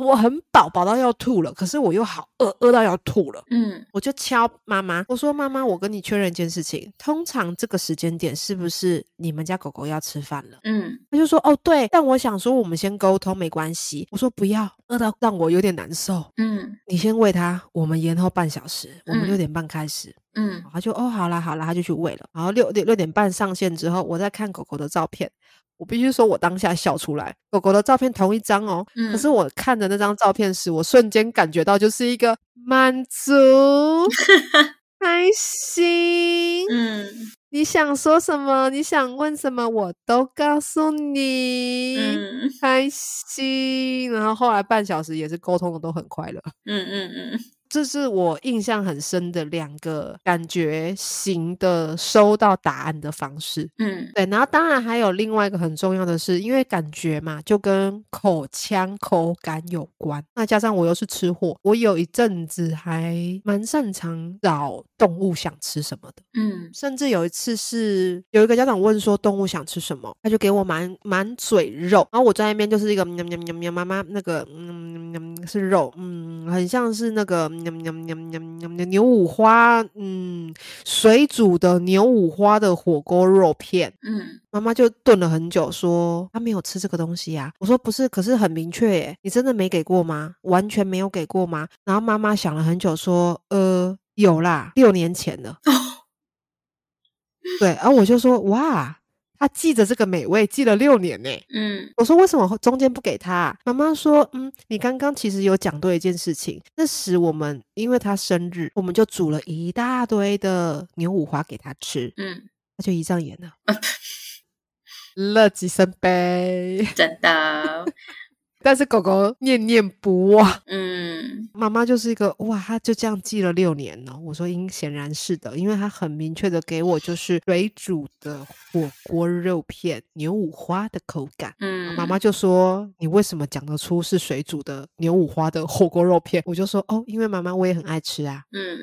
[SPEAKER 1] 我很饱，饱到要吐了，可是我又好饿，饿到要吐了。
[SPEAKER 2] 嗯
[SPEAKER 1] 我就敲妈妈，我说：“妈妈，我跟你确认一件事情，通常这个时间点是不是你们家狗狗要吃饭了
[SPEAKER 2] 嗯？”
[SPEAKER 1] 她就说：“哦，对。”但我想说，我们先沟通，没关系。我说：“不要，饿到让我有点难受，
[SPEAKER 2] 嗯
[SPEAKER 1] 你先喂它，我们延后半小时，我们
[SPEAKER 2] 嗯
[SPEAKER 1] 六点半开始。
[SPEAKER 2] 嗯
[SPEAKER 1] 他就哦，好啦好啦，他就去喂了。然后六点六点半上线之后，我在看狗狗的照片，我必须说我当下笑出来。狗狗的照片同一张哦，
[SPEAKER 2] 嗯，
[SPEAKER 1] 可是我看着那张照片时，我瞬间感觉到就是一个满足、开心。
[SPEAKER 2] 嗯
[SPEAKER 1] 你想说什么？你想问什么？我都告诉你。
[SPEAKER 2] 嗯
[SPEAKER 1] 开心，然后后来半小时也是沟通的都很快乐。
[SPEAKER 2] 嗯嗯嗯
[SPEAKER 1] 这是我印象很深的两个感觉型的收到答案的方式。
[SPEAKER 2] 嗯
[SPEAKER 1] 对，然后当然还有另外一个很重要的是，因为感觉嘛，就跟口腔口感有关。那加上我又是吃货，我有一阵子还蛮擅长找动物想吃什么的。
[SPEAKER 2] 嗯
[SPEAKER 1] 甚至有一次是有一个家长问说动物想吃什么，他就给我满满嘴肉，然后我在那边就是一个喵喵喵喵妈妈那个嗯喵喵是肉，嗯，很像是那个喵喵喵喵喵喵牛五花，嗯，水煮的牛五花的火锅肉片。
[SPEAKER 2] 嗯
[SPEAKER 1] 妈妈就顿了很久，说她没有吃这个东西呀、我说不是，可是很明确耶，你真的没给过吗？完全没有给过吗？然后妈妈想了很久，说呃有啦，六年前了。
[SPEAKER 2] 哦
[SPEAKER 1] 对，然后我就说哇，他记着这个美味记了六年呢。
[SPEAKER 2] 嗯
[SPEAKER 1] 我说为什么中间不给他啊、妈妈说，嗯，你刚刚其实有讲对一件事情，那时我们因为他生日，我们就煮了一大堆的牛五花给他吃，
[SPEAKER 2] 嗯，
[SPEAKER 1] 他就一障眼了，乐极生悲。
[SPEAKER 2] 真的，
[SPEAKER 1] 但是狗狗念念不忘，
[SPEAKER 2] 嗯
[SPEAKER 1] 妈妈就是一个哇，他就这样记了六年了。我说，应显然是的，因为他很明确的给我就是水煮的火锅肉片牛五花的口感。
[SPEAKER 2] 嗯，
[SPEAKER 1] 妈妈就说：“你为什么讲得出是水煮的牛五花的火锅肉片？”我就说：“哦，因为妈妈我也很爱吃啊，
[SPEAKER 2] 嗯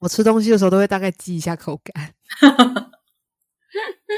[SPEAKER 1] 我吃东西的时候都会大概记一下口感。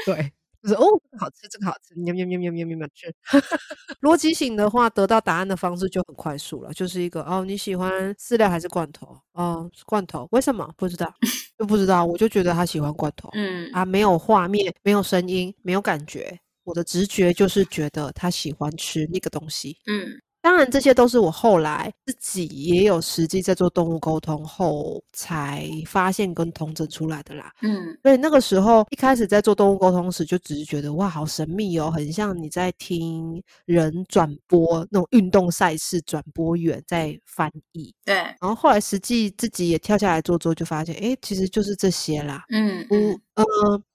[SPEAKER 1] 对，就是哦，这个好吃，这个好吃，喵喵喵喵喵喵喵吃。 逻辑型的话，得到答案的方式就很快速了，就是一个哦，你喜欢饲料还是罐头？哦，罐头，为什么？不知道，就不知道，我就觉得他喜欢罐头。
[SPEAKER 2] 嗯
[SPEAKER 1] 啊，没有画面，没有声音，没有感觉。我的直觉就是觉得他喜欢吃那个东西。
[SPEAKER 2] 嗯
[SPEAKER 1] 当然，这些都是我后来自己也有实际在做动物沟通后才发现跟统整出来的啦。
[SPEAKER 2] 嗯
[SPEAKER 1] 所以那个时候一开始在做动物沟通时，就只是觉得哇，好神秘哦，很像你在听人转播那种运动赛事转播员在翻译。
[SPEAKER 2] 对，
[SPEAKER 1] 然后后来实际自己也跳下来做做，就发现诶，其实就是这些啦。
[SPEAKER 2] 嗯
[SPEAKER 1] 不呃，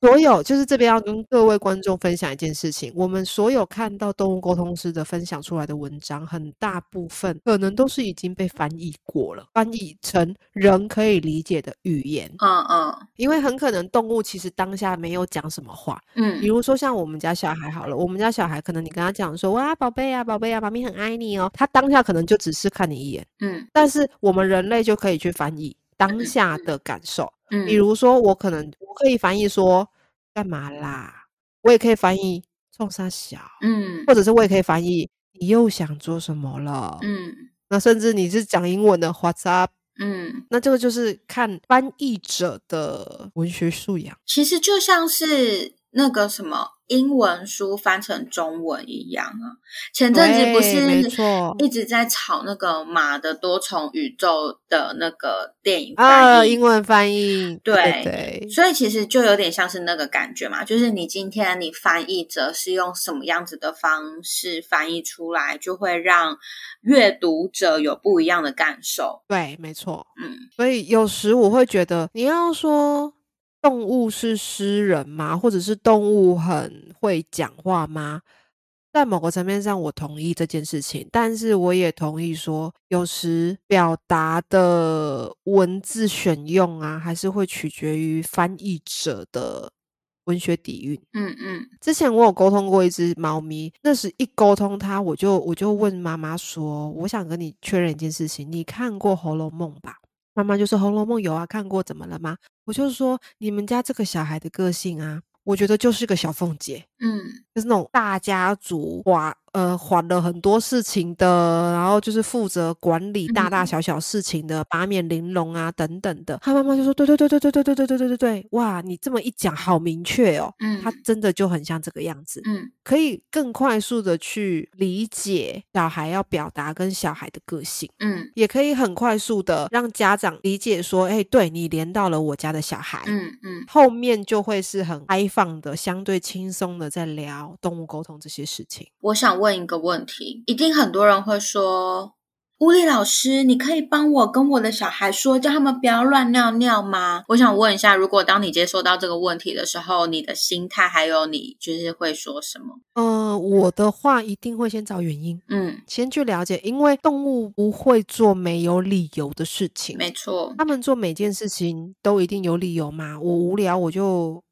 [SPEAKER 1] 所有就是这边要跟各位观众分享一件事情，我们所有看到动物沟通师的分享出来的文章，很大部分可能都是已经被翻译过了，翻译成人可以理解的语言，
[SPEAKER 2] 嗯嗯
[SPEAKER 1] 因为很可能动物其实当下没有讲什么话。比
[SPEAKER 2] 嗯
[SPEAKER 1] 如说像我们家小孩好了，我们家小孩可能你跟他讲说哇宝贝啊宝贝啊，妈咪很爱你哦，他当下可能就只是看你一眼，
[SPEAKER 2] 嗯
[SPEAKER 1] 但是我们人类就可以去翻译当
[SPEAKER 2] 嗯
[SPEAKER 1] 下
[SPEAKER 2] 嗯
[SPEAKER 1] 的感受。比
[SPEAKER 2] 嗯
[SPEAKER 1] 如说，我可能我可以翻译说干嘛啦，我也可以翻译冲啥小，
[SPEAKER 2] 嗯
[SPEAKER 1] 或者是我也可以翻译你又想做什么了。
[SPEAKER 2] 嗯
[SPEAKER 1] 那甚至你是讲英文的 What's up？
[SPEAKER 2] 嗯，
[SPEAKER 1] 那这个就是看翻译者的文学素养。
[SPEAKER 2] 其实就像是那个什么英文书翻成中文一样啊。前阵子不
[SPEAKER 1] 对，
[SPEAKER 2] 是
[SPEAKER 1] 没错
[SPEAKER 2] 一直在炒那个马的多重宇宙的那个电影翻
[SPEAKER 1] 啊，
[SPEAKER 2] 译
[SPEAKER 1] 英文翻译，对
[SPEAKER 2] 对
[SPEAKER 1] 对
[SPEAKER 2] 所以其实就有点像是那个感觉嘛，就是你今天你翻译者是用什么样子的方式翻译出来，就会让阅读者有不一样的感受。
[SPEAKER 1] 对，没错。
[SPEAKER 2] 嗯
[SPEAKER 1] 所以有时我会觉得，你要说动物是诗人吗？或者是动物很会讲话吗？在某个层面上，我同意这件事情，但是我也同意说，有时表达的文字选用啊，还是会取决于翻译者的文学底蕴。
[SPEAKER 2] 嗯嗯
[SPEAKER 1] 之前我有沟通过一只猫咪，那时一沟通它，我就我就问妈妈说，我想跟你确认一件事情，你看过《红楼梦》吧？妈妈就说《红楼梦》有啊，看过，怎么了吗？我就说你们家这个小孩的个性啊，我觉得就是个小凤姐，
[SPEAKER 2] 嗯
[SPEAKER 1] 就是那种大家族管呃管了很多事情的，然后就是负责管理大大
[SPEAKER 2] 嗯
[SPEAKER 1] 小小事情的，八面玲珑啊等等的。他妈妈就说：“对对对对对对对对对对对对，哇，你这么一讲，好明确哦，他
[SPEAKER 2] 嗯
[SPEAKER 1] 真的就很像这个样子，
[SPEAKER 2] 嗯
[SPEAKER 1] 可以更快速的去理解小孩要表达跟小孩的个性。”
[SPEAKER 2] 嗯
[SPEAKER 1] 也可以很快速的让家长理解说，哎、对你连到了我家的小孩，
[SPEAKER 2] 嗯嗯
[SPEAKER 1] 后面就会是很开放的、相对轻松的在聊动物沟通这些事情。
[SPEAKER 2] 我想问一个问题，一定很多人会说，乌力老师，你可以帮我跟我的小孩说，叫他们不要乱尿尿吗？我想问一下，如果当你接收到这个问题的时候，你的心态还有你就是会说什么？
[SPEAKER 1] 呃，我的话一定会先找原因，
[SPEAKER 2] 嗯，
[SPEAKER 1] 先去了解，因为动物不会做没有理由的事情，
[SPEAKER 2] 没错，
[SPEAKER 1] 他们做每件事情都一定有理由嘛。我无聊我就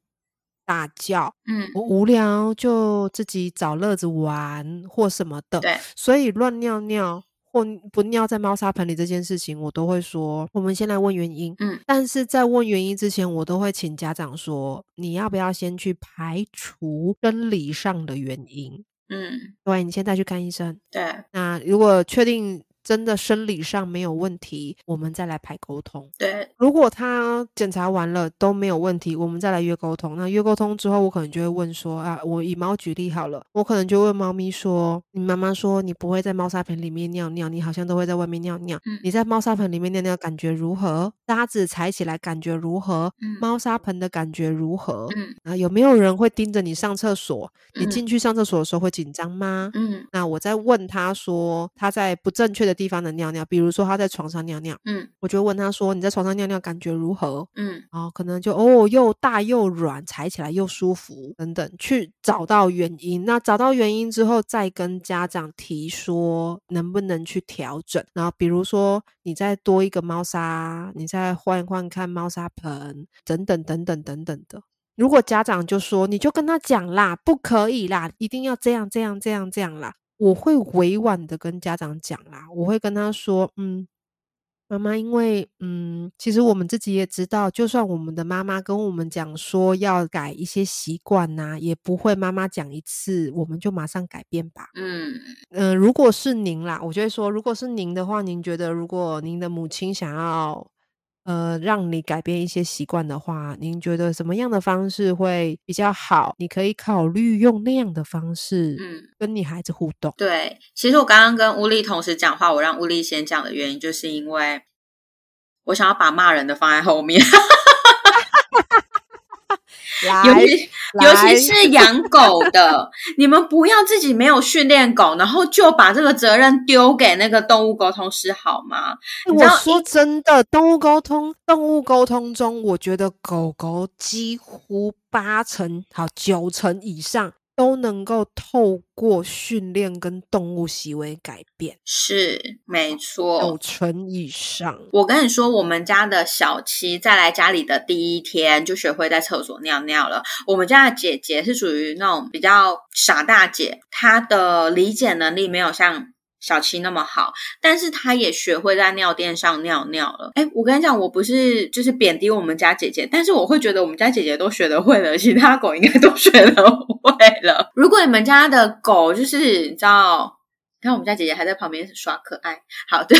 [SPEAKER 1] 大叫，
[SPEAKER 2] 嗯，
[SPEAKER 1] 我无聊就自己找乐子玩或什么的，
[SPEAKER 2] 对，
[SPEAKER 1] 所以乱尿尿或不尿在猫砂盆里这件事情，我都会说，我们先来问原因。
[SPEAKER 2] 嗯
[SPEAKER 1] 但是在问原因之前，我都会请家长说，你要不要先去排除生理上的原因？
[SPEAKER 2] 嗯，
[SPEAKER 1] 对，你现在去看医生。
[SPEAKER 2] 对
[SPEAKER 1] 那如果确定真的生理上没有问题，我们再来排沟通。
[SPEAKER 2] 对，
[SPEAKER 1] 如果他检查完了都没有问题，我们再来约沟通。那约沟通之后，我可能就会问说啊，我以猫举例好了，我可能就问猫咪说，你妈妈说你不会在猫砂盆里面尿尿，你好像都会在外面尿尿。
[SPEAKER 2] 嗯
[SPEAKER 1] 你在猫砂盆里面尿尿感觉如何？沙子踩起来感觉如何？
[SPEAKER 2] 嗯
[SPEAKER 1] 猫砂盆的感觉如何？
[SPEAKER 2] 嗯
[SPEAKER 1] 啊，有没有人会盯着你上厕所？你
[SPEAKER 2] 嗯
[SPEAKER 1] 进去上厕所的时候会紧张吗？
[SPEAKER 2] 嗯
[SPEAKER 1] 那我再问他说，他在不正确的地方的尿尿，比如说他在床上尿尿。
[SPEAKER 2] 嗯
[SPEAKER 1] 我就问他说：“你在床上尿尿感觉如何？”
[SPEAKER 2] 嗯
[SPEAKER 1] 哦，可能就哦又大又软，踩起来又舒服等等，去找到原因。那找到原因之后，再跟家长提说能不能去调整。然后比如说你再多一个猫砂，你再换换看猫砂盆等等等等等等的。如果家长就说你就跟他讲啦，不可以啦，一定要这样这样这样这样啦，我会委婉的跟家长讲啦，我会跟他说，嗯，妈妈，因为嗯，其实我们自己也知道，就算我们的妈妈跟我们讲说要改一些习惯呐、也不会妈妈讲一次我们就马上改变吧。
[SPEAKER 2] 嗯
[SPEAKER 1] 嗯、如果是您啦，我就会说，如果是您的话，您觉得如果您的母亲想要呃让你改变一些习惯的话，您觉得什么样的方式会比较好？你可以考虑用那样的方式
[SPEAKER 2] 嗯，
[SPEAKER 1] 跟你孩子互动。
[SPEAKER 2] 对。其实我刚刚跟乌力同时讲话，我让乌力先讲的原因，就是因为我 想要把骂人的放在后面，尤
[SPEAKER 1] 来，
[SPEAKER 2] 其尤其是养狗的，你们不要自己没有训练狗，然后就把这个责任丢给那个动物沟通师好吗？你知
[SPEAKER 1] 我
[SPEAKER 2] 道
[SPEAKER 1] 说真的，动物沟通，动物沟通中，我觉得狗狗几乎八成好九成以上都能够透过训练跟动物行为改变，
[SPEAKER 2] 是没
[SPEAKER 1] 九
[SPEAKER 2] 错。
[SPEAKER 1] 成以 上。
[SPEAKER 2] 我跟你说，我们家的小七在来家里的第一天就学会在厕所尿尿了。我们家的姐姐是属于那种比较傻大姐，她的理解能力没有像小七那么好，但是她也学会在尿垫上尿尿了。哎，我跟你讲，我不是就是贬低我们家姐姐，但是我会觉得我们家姐姐都学得会了，其他狗应该都学得会了。如果你们家的狗就是你知道，你看我们家姐姐还在旁边耍可爱，好对，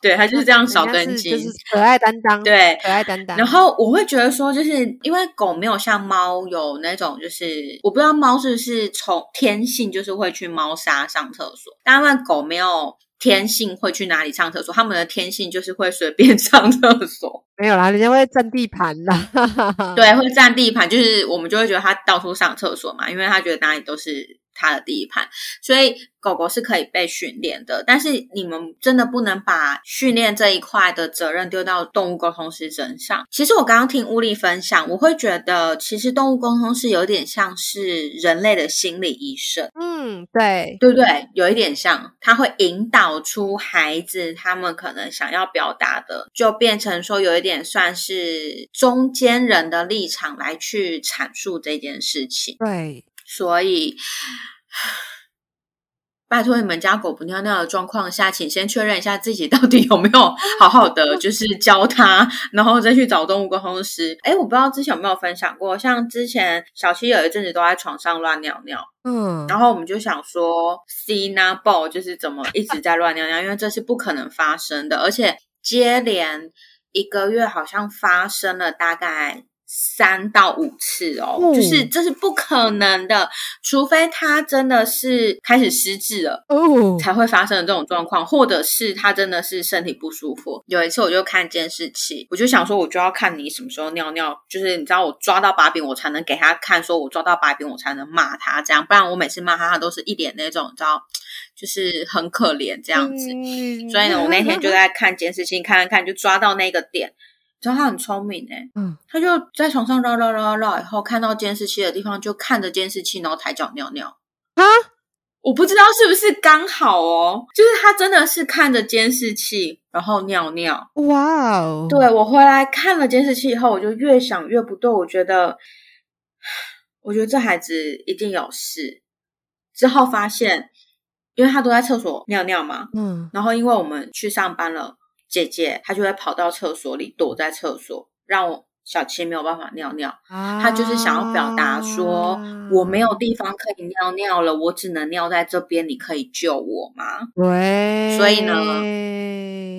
[SPEAKER 2] 对，她就是这样少
[SPEAKER 1] 人家
[SPEAKER 2] 根
[SPEAKER 1] 嗯是
[SPEAKER 2] 筋，
[SPEAKER 1] 就是可爱担当，，
[SPEAKER 2] 对。
[SPEAKER 1] 可爱担当。
[SPEAKER 2] 然后我会觉得说，就是因为狗没有像猫有那种，就是我不知道猫是不是从天性就是会去猫砂上厕所，但因为狗没有天性会去哪里上厕所，它们的天性就是会随便 上厕所，
[SPEAKER 1] 没有啦，人家会占地盘啦。
[SPEAKER 2] 对，会占地盘，就是我们就会觉得它到处上厕所嘛，因为它觉得哪里都是它的地盘，所以狗狗是可以被训练的。但是你们真的不能把训练这一块的责任丢到动物沟通师身上。其实我刚刚听乌力分享，我会觉得其实动物沟通师有点像是人类的心理医生。
[SPEAKER 1] 嗯，对，
[SPEAKER 2] 对不对？有一点像，他会引导出孩子他们可能想要表达的，就变成说有一点算是中间人的立场来去阐述这件事情。
[SPEAKER 1] 对，
[SPEAKER 2] 所以，拜托你们家狗不尿尿的状况下，请先确认一下自己到底有没有好好的就是教它，然后再去找动物沟通师。哎，我不知道之前有没有分享过，像之前小七有一阵子都在床上乱尿尿。
[SPEAKER 1] 嗯，
[SPEAKER 2] 然后我们就想说，Cina b o 就是怎么一直在乱尿尿，因为这是不可能发生的，而且接连一个月好像发生了大概三到五次哦，
[SPEAKER 1] 嗯
[SPEAKER 2] 就是这是不可能的，除非他真的是开始失智了。
[SPEAKER 1] 哦，
[SPEAKER 2] 才会发生的这种状况，或者是他真的是身体不舒服。有一次我就看监视器，我就想说，我就要看你什么时候尿尿，就是你知道我抓到把柄，我才能给他看，说我抓到把柄，我才能骂他这样，不然我每次骂他，他都是一脸那种你知道，就是很可怜这
[SPEAKER 1] 这
[SPEAKER 2] 样子。所以呢，我那天就在看监视器，看看看，就抓到那个点。你知道他很聪明哎、
[SPEAKER 1] 嗯
[SPEAKER 2] 他就在床上绕绕绕绕绕，以后看到监视器的地方就看着监视器，然后抬脚尿尿。
[SPEAKER 1] 啊，
[SPEAKER 2] 我不知道是不是刚好哦，就是他真的是看着监视器，然后尿尿。
[SPEAKER 1] 哇哦，
[SPEAKER 2] 对我回来看了监视器以后，我就越想越不对，我觉得， 我觉得这孩子一定有事。之后发现，因为他都在厕所尿尿嘛，
[SPEAKER 1] 嗯，
[SPEAKER 2] 然后因为我们去上班了，姐姐她就会跑到厕所里躲在厕所，让我小七没有办法尿尿。
[SPEAKER 1] 他
[SPEAKER 2] 他就是想要表达说，
[SPEAKER 1] 啊
[SPEAKER 2] 我没有地方可以尿尿了，我只能尿在这边，你可以救我吗？
[SPEAKER 1] 对，
[SPEAKER 2] 所以呢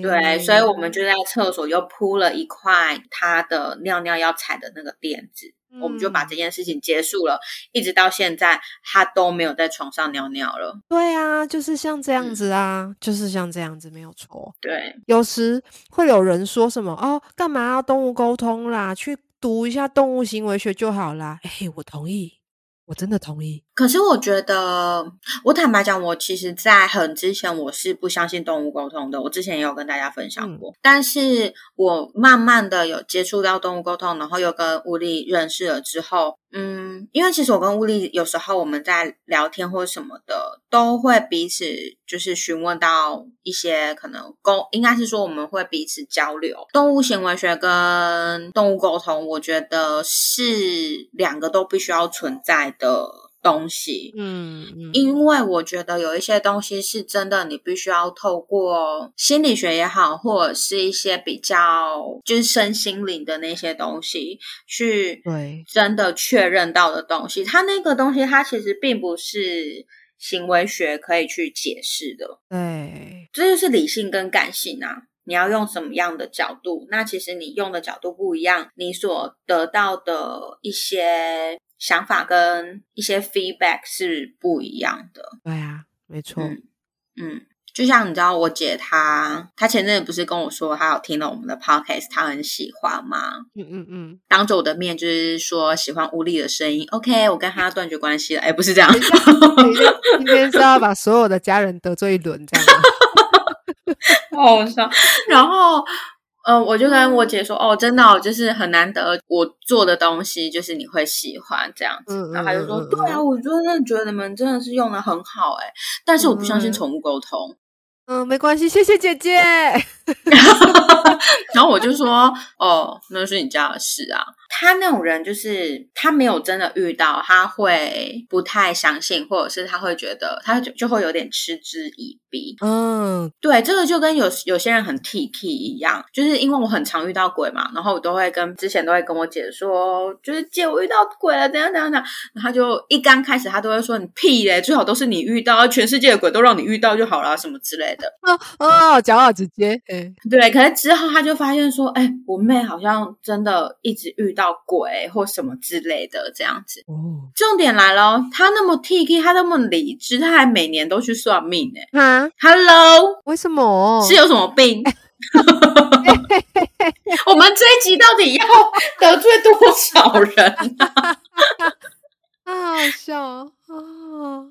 [SPEAKER 2] 对，所以我们就在厕所又铺了一块他的尿尿要踩的那个垫子，我们就把
[SPEAKER 1] 嗯
[SPEAKER 2] 这件事情结束了，一直到现在他都没有在床上尿尿了。
[SPEAKER 1] 对啊，就是像这样
[SPEAKER 2] 嗯
[SPEAKER 1] 子啊，就是像这样子，没有错。
[SPEAKER 2] 对，
[SPEAKER 1] 有时会有人说什么哦，干嘛要动物沟通啦？去读一下动物行为学就好啦。哎，我同意，我真的同意。
[SPEAKER 2] 可是我觉得，我坦白讲，我其实，在很之前我是不相信动物沟通的。我之前也有跟大家分享过，但是我慢慢的有接触到动物沟通，然后又跟乌力认识了之后，嗯，因为其实我跟乌力有时候我们在聊天或什么的，都会彼此就是询问到一些可能沟，应该是说我们会彼此交流。动物行为学跟动物沟通，我觉得是两个都必须要存在的东西。
[SPEAKER 1] 嗯嗯
[SPEAKER 2] 因为我觉得有一些东西是真的，你必须要透过心理学也好，或者是一些比较就是身心灵的那些东西去
[SPEAKER 1] 对
[SPEAKER 2] 真的确认到的东西。它那个东西，它其实并不是行为学可以去解释的，
[SPEAKER 1] 对，
[SPEAKER 2] 这就是理性跟感性啊。你要用什么样的角度？那其实你用的角度不一样，你所得到的一些想法跟一些 feedback 是不一样的。
[SPEAKER 1] 对啊，没错。
[SPEAKER 2] 嗯嗯，就像你知道，我姐她她前阵子不是跟我说，她有听了我们的 podcast，她很喜欢吗？
[SPEAKER 1] 嗯嗯嗯，
[SPEAKER 2] 当着我的面就是说喜欢无力的声音。OK，我跟她断绝关系了。哎，不是这样，
[SPEAKER 1] 等一 下，等一下今天是要把所有的家人得罪一轮，这样吗？
[SPEAKER 2] 好笑。然后，呃，我就跟我姐说，哦，真的哦、就是很难得我做的东西，就是你会喜欢这样子。
[SPEAKER 1] 嗯
[SPEAKER 2] 然后她就说，
[SPEAKER 1] 嗯嗯嗯
[SPEAKER 2] 对啊，我真的觉得你们真的是用的很好、哎，但是我不相信宠物沟通。
[SPEAKER 1] 嗯，没关系，谢谢姐姐。
[SPEAKER 2] 然后我就说，哦，那是你家的事啊。他那种人就是他没有真的遇到，他会不太相信，或者是他会觉得他就就会有点嗤之以鼻。
[SPEAKER 1] 嗯
[SPEAKER 2] 对，这个就跟有有些人很 T K 一样，就是因为我很常遇到鬼嘛，然后我都会跟之前都会跟我姐说，就是姐我遇到鬼了，怎样怎样怎样，然后她就一刚开始她都会说你屁嘞，最好都是你遇到，全世界的鬼都让你遇到就好啦，什么之类的。
[SPEAKER 1] 哦，讲好直接，嗯
[SPEAKER 2] 对，可是之后他就发现说，哎、我妹好像真的一直遇到鬼或什么之类的这样子。
[SPEAKER 1] 哦，
[SPEAKER 2] 重点来了哦，他那么 T K，他那么理智，他还每年都去算命呢、
[SPEAKER 1] 哈，
[SPEAKER 2] Hello，、
[SPEAKER 1] 为什么？
[SPEAKER 2] 是有什么病？我们这一集到底要得罪多少人？
[SPEAKER 1] 啊，好笑啊！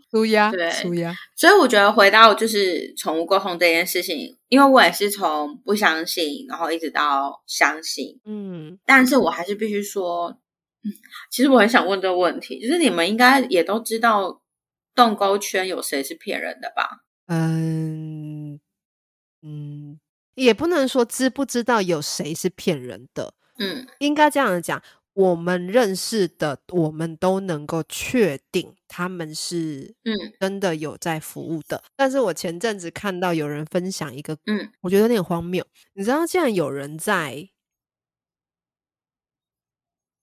[SPEAKER 1] 舒压，
[SPEAKER 2] 对
[SPEAKER 1] 舒压，
[SPEAKER 2] 所以我觉得回到就是宠物沟通这件事情，因为我也是从不相信，然后一直到相信，
[SPEAKER 1] 嗯，
[SPEAKER 2] 但是我还是必须说，嗯其实我很想问这个问题，就是你们应该也都知道动沟圈有谁是骗人的吧？
[SPEAKER 1] 嗯嗯，也不能说知不知道有谁是骗人的，
[SPEAKER 2] 嗯
[SPEAKER 1] 应该这样讲，我们认识的，我们都能够确定他们是
[SPEAKER 2] 嗯
[SPEAKER 1] 真的有在服务的。但是我前阵子看到有人分享一个，
[SPEAKER 2] 嗯，
[SPEAKER 1] 我觉得有点荒谬。你知道，竟然有人在。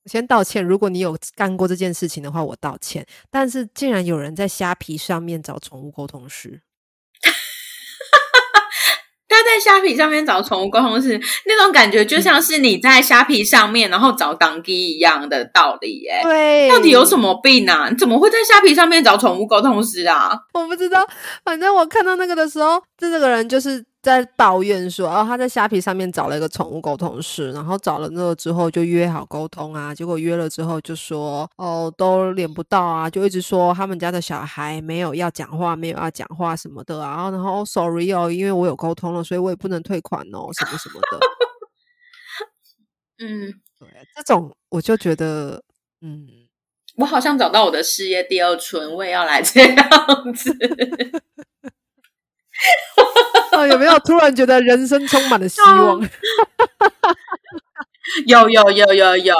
[SPEAKER 1] 我先道歉，如果你有干过这件事情的话，我道歉。但是竟然有人在虾皮上面找宠物沟通师，
[SPEAKER 2] 他在虾皮上面找宠物沟通是那种感觉，就像是你在虾皮上面然后找当机一样的道理耶、
[SPEAKER 1] 对，
[SPEAKER 2] 到底有什么病啊？你怎么会在虾皮上面找宠物沟通师啊？
[SPEAKER 1] 我不知道，反正我看到那个的时候，这个人就是在抱怨说，哦，他在虾皮上面找了一个宠物沟通师，然后找了那个之后就约好沟通啊，结果约了之后就说，哦，都连不到啊，就一直说他们家的小孩没有要讲话，没有要讲话什么的啊，然后然后、哦 sorry 哦，因为我有沟通了，所以我也不能退款哦，什么什么的。
[SPEAKER 2] 嗯，
[SPEAKER 1] 对，这种我就觉得，嗯，
[SPEAKER 2] 我好像找到我的事业第二春，我也要来这样子。
[SPEAKER 1] 哦，有没有突然觉得人生充满了希望？
[SPEAKER 2] 有有有有有，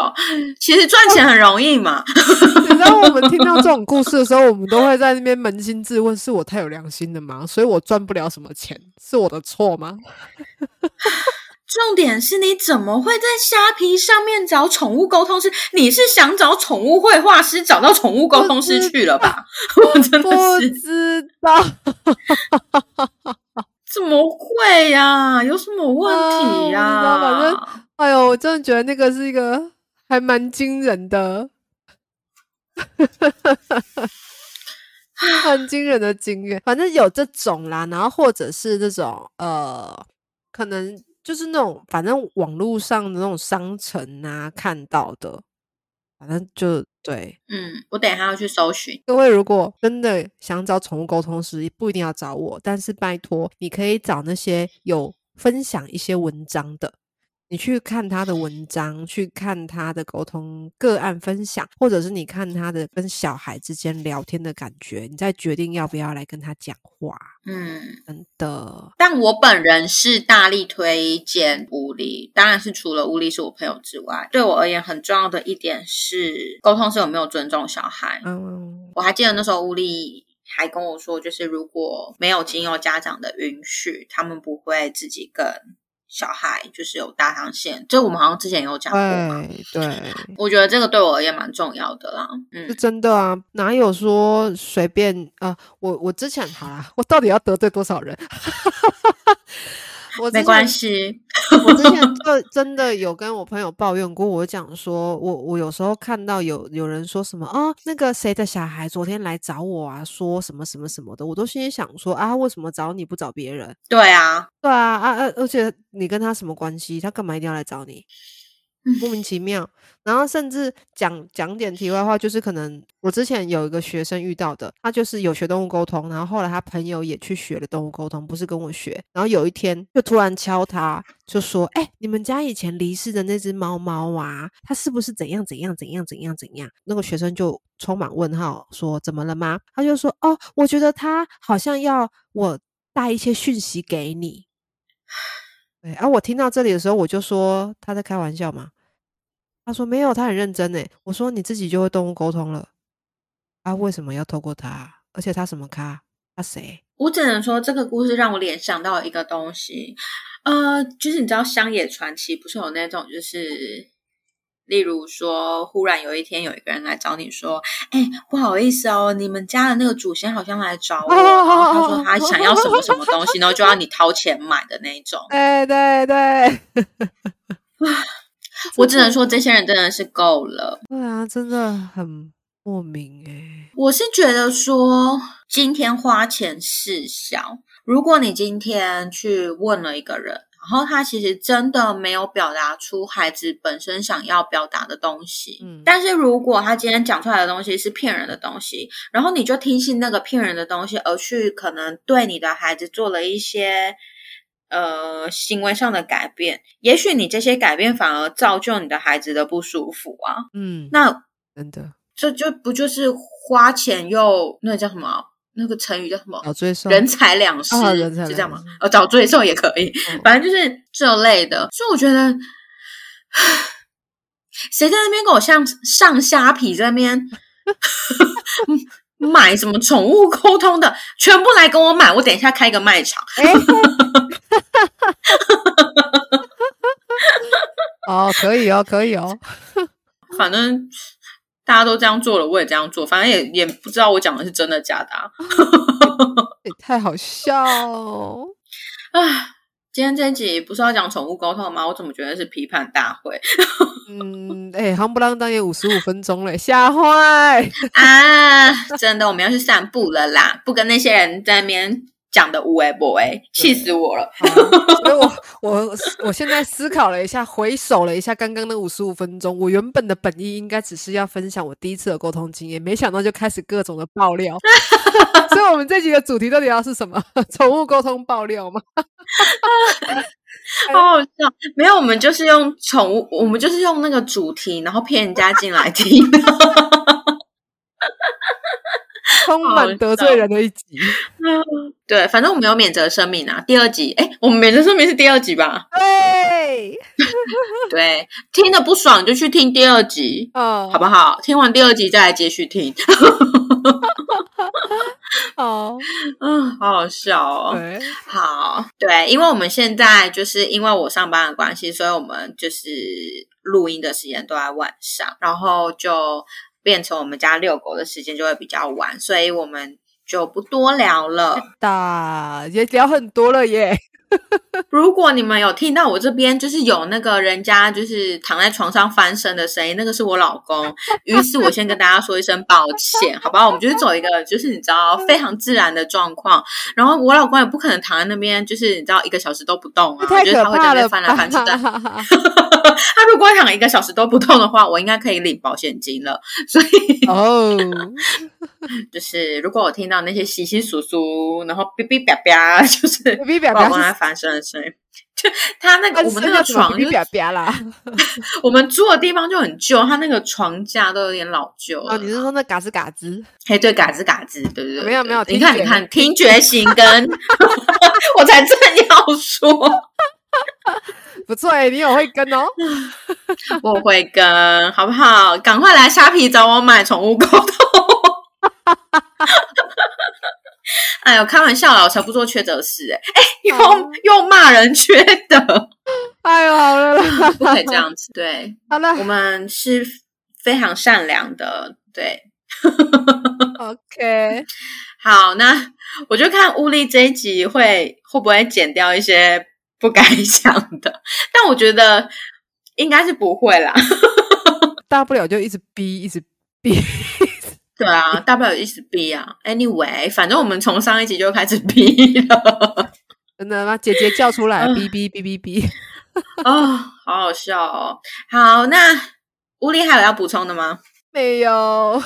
[SPEAKER 2] 其实赚钱很容易嘛。
[SPEAKER 1] 你知道我们听到这种故事的时候，我们都会在那边扪心自问：是我太有良心了吗？所以我赚不了什么钱，是我的错吗？
[SPEAKER 2] 重点是你怎么会在虾皮上面找宠物沟通师？你是想找宠物绘画师，找到宠物沟通师去了吧？ 我真的
[SPEAKER 1] 不
[SPEAKER 2] 是
[SPEAKER 1] 知道，
[SPEAKER 2] 怎么会呀、有什么问题呀、
[SPEAKER 1] 啊我不知道哎呦，我真的觉得那个是一个还蛮惊人的，很惊人的经验。反正有这种啦，然后或者是这种呃，可能就是那种反正网络上的那种商城啊看到的，反正就对。
[SPEAKER 2] 嗯，我等一下要去搜寻。
[SPEAKER 1] 各位如果真的想找宠物沟通师，不一定要找我，但是拜托，你可以找那些有分享一些文章的，你去看他的文章，去看他的沟通个案分享，或者是你看他的跟小孩之间聊天的感觉，你再决定要不要来跟他讲话。
[SPEAKER 2] 嗯，
[SPEAKER 1] 真的，
[SPEAKER 2] 但我本人是大力推荐乌力，当然是除了乌力是我朋友之外，对我而言很重要的一点是沟通师有没有尊重小孩。
[SPEAKER 1] 嗯
[SPEAKER 2] 我还记得那时候乌力还跟我说，就是如果没有经由家长的允许，他们不会自己跟小孩就是有搭上线。这我们好像之前有讲过嘛。
[SPEAKER 1] 嗯对对，
[SPEAKER 2] 我觉得这个对我而言蛮重要的啦。
[SPEAKER 1] 是
[SPEAKER 2] 嗯，
[SPEAKER 1] 真的啊，哪有说随便啊、呃我我之前好啦，我到底要得罪多少人？ 我
[SPEAKER 2] 没
[SPEAKER 1] 之
[SPEAKER 2] 关
[SPEAKER 1] 前
[SPEAKER 2] 系。
[SPEAKER 1] 我之前就真的有跟我朋友抱怨过，我讲说，我我有时候看到有有人说什么哦，那个谁的小孩昨天来找我啊，说什么什么什么的，我都心里想说啊，为什么找你不找别人？
[SPEAKER 2] 对啊，
[SPEAKER 1] 对啊啊啊！而且你跟他什么关系？他干嘛一定要来找你
[SPEAKER 2] 嗯？
[SPEAKER 1] 莫名其妙。然后甚至讲讲点题外话，就是可能我之前有一个学生遇到的，他就是有学动物沟通，然后后来他朋友也去学了动物沟通，不是跟我学。然后有一天就突然敲他，就说：“哎、你们家以前离世的那只猫猫啊，它是不是怎样怎样怎样怎样怎样？”那个学生就充满问号，说：“怎么了吗？”他就说：“哦，我觉得它好像要我带一些讯息给你。”对，啊，我听到这里的时候，我就说他在开玩笑嘛。他说没有，他很认真诶。我说你自己就会动物沟通了，啊，为什么要透过他？啊而且他什么咖？他谁？
[SPEAKER 2] 我只能说这个故事让我联想到一个东西，呃，就是你知道乡野传奇不是有那种就是。例如说，忽然有一天有一个人来找你说：“哎、不好意思哦，你们家的那个祖先好像来找我，
[SPEAKER 1] 哦
[SPEAKER 2] 然后他
[SPEAKER 1] 哦
[SPEAKER 2] 说
[SPEAKER 1] 哦
[SPEAKER 2] 他想要什么什么东西，然后就要你掏钱买的那一种。”
[SPEAKER 1] 对对 对，
[SPEAKER 2] 我只能说，这些人真的是够了。
[SPEAKER 1] 对啊，真的很莫名诶。
[SPEAKER 2] 我是觉得说，今天花钱事小。如果你今天去问了一个人，然后他其实真的没有表达出孩子本身想要表达的东西，
[SPEAKER 1] 嗯
[SPEAKER 2] 但是如果他今天讲出来的东西是骗人的东西，然后你就听信那个骗人的东西，而去可能对你的孩子做了一些呃行为上的改变，也许你这些改变反而造就你的孩子的不舒服啊。
[SPEAKER 1] 嗯，
[SPEAKER 2] 那
[SPEAKER 1] 真的
[SPEAKER 2] 这就不就是花钱又那叫什么啊？那个成语叫什么？
[SPEAKER 1] 好追上
[SPEAKER 2] 人财两失，
[SPEAKER 1] 啊哦人财
[SPEAKER 2] 是这
[SPEAKER 1] 两
[SPEAKER 2] 样吗
[SPEAKER 1] 失？
[SPEAKER 2] 呃，找罪受也可以，
[SPEAKER 1] 嗯
[SPEAKER 2] 反 正就是这类的。所以我觉得，谁在那边给我像上虾皮在那 边买什么宠物沟通的，全部来跟我买，我等一下开一个卖场。
[SPEAKER 1] 哎。哦，可以哦，可以哦，
[SPEAKER 2] 反正大家都这样做了，我也这样做，反正也也不知道我讲的是真的假的、啊。
[SPEAKER 1] 也太好笑哦。
[SPEAKER 2] 啊，今天这一集不是要讲宠物沟通吗？我怎么觉得是批判大会？
[SPEAKER 1] 嗯，哎、夯不啷当也五十五分钟了，吓 坏。
[SPEAKER 2] 啊，真的，我们要去散步了啦，不跟那些人在那边讲的无为不为，气死我了！
[SPEAKER 1] 好所以我我我现在思考了一下，回首了一下刚刚那五十五分钟，我原本的本意应该只是要分享我第一次的沟通经验，没想到就开始各种的爆 料。所以我们这集的主题到底要是什么？ 宠物沟通爆料吗？
[SPEAKER 2] 好好笑，没有，我们就是用宠物，我们就是用那个主题，然后骗人家进来听。
[SPEAKER 1] 充满得罪人的一 集。
[SPEAKER 2] 对，反正我们有免责声明啊。第二集，哎，我们免责声明是第二集 吧？
[SPEAKER 1] 对，
[SPEAKER 2] 对，听的不爽就去听第二集，
[SPEAKER 1] 嗯，
[SPEAKER 2] 好不好？听完第二集再来继续听。
[SPEAKER 1] 好，
[SPEAKER 2] 嗯，好好笑哦。
[SPEAKER 1] 对，
[SPEAKER 2] 好，对，因为我们现在就是因为我上班的关系，所以我们就是录音的时间都在晚上，然后就变成我们家遛狗的时间就会比较晚，所以我们就不多聊了。
[SPEAKER 1] 打也聊很多了耶。
[SPEAKER 2] 如果你们有听到我这边就是有那个人家就是躺在床上翻身的声音，那个是我老 公。于是我先跟大家说一声抱歉，好吧？我们就是走一个就是你知道非常自然的状况。然后我老公也不可能躺在那边就是你知道一个小时都不动啊，
[SPEAKER 1] 太
[SPEAKER 2] 就是
[SPEAKER 1] 可
[SPEAKER 2] 他会在那
[SPEAKER 1] 怕了吧
[SPEAKER 2] 边翻来翻去的。他如果躺一个小时都不动的话，我应该可以领保险金了。所 以
[SPEAKER 1] 哦，
[SPEAKER 2] 就是如果我听到那些稀稀疏疏，然后哔哔叭叭，就是
[SPEAKER 1] 哔哔叭
[SPEAKER 2] 我
[SPEAKER 1] 叭
[SPEAKER 2] 老公在翻身的声音。就他那个
[SPEAKER 1] 但
[SPEAKER 2] 我
[SPEAKER 1] 是
[SPEAKER 2] 们那个床就
[SPEAKER 1] 哔
[SPEAKER 2] 是
[SPEAKER 1] 哔叭叭 啦。
[SPEAKER 2] 我们住的地方就很旧，它那个床架都有点老旧了
[SPEAKER 1] 哦，你是说那嘎吱嘎吱？
[SPEAKER 2] 嘿，对，嘎吱嘎吱，对对对，
[SPEAKER 1] 没有没有
[SPEAKER 2] 对你看
[SPEAKER 1] 听觉
[SPEAKER 2] 你看，听觉型跟， 我才正要说，
[SPEAKER 1] 不错哎、你有会跟哦。
[SPEAKER 2] 我会跟，好不好？赶快来虾皮找我买宠物沟通。哎呦，开玩笑啦，我才不做缺德事哎、哎、
[SPEAKER 1] 好
[SPEAKER 2] 又又骂人缺德，
[SPEAKER 1] 哎呦，好了啦，
[SPEAKER 2] 不可以这样子。对
[SPEAKER 1] 好了
[SPEAKER 2] 我们是非常善良的，对，
[SPEAKER 1] ，OK，
[SPEAKER 2] 好，那我就看乌力这一集会会不会剪掉一些不该 想的，但我觉得应该是不会啦。
[SPEAKER 1] 大不了就一直逼，一直逼。
[SPEAKER 2] 对啊，大不了一直逼啊。Anyway，反正我们从上一集就开始逼了
[SPEAKER 1] 真的把姐姐叫出来，
[SPEAKER 2] 嗯
[SPEAKER 1] 哔哔哔哔哔。
[SPEAKER 2] 哦，好好笑哦。好，那吴力还有要补充的吗？
[SPEAKER 1] 没有，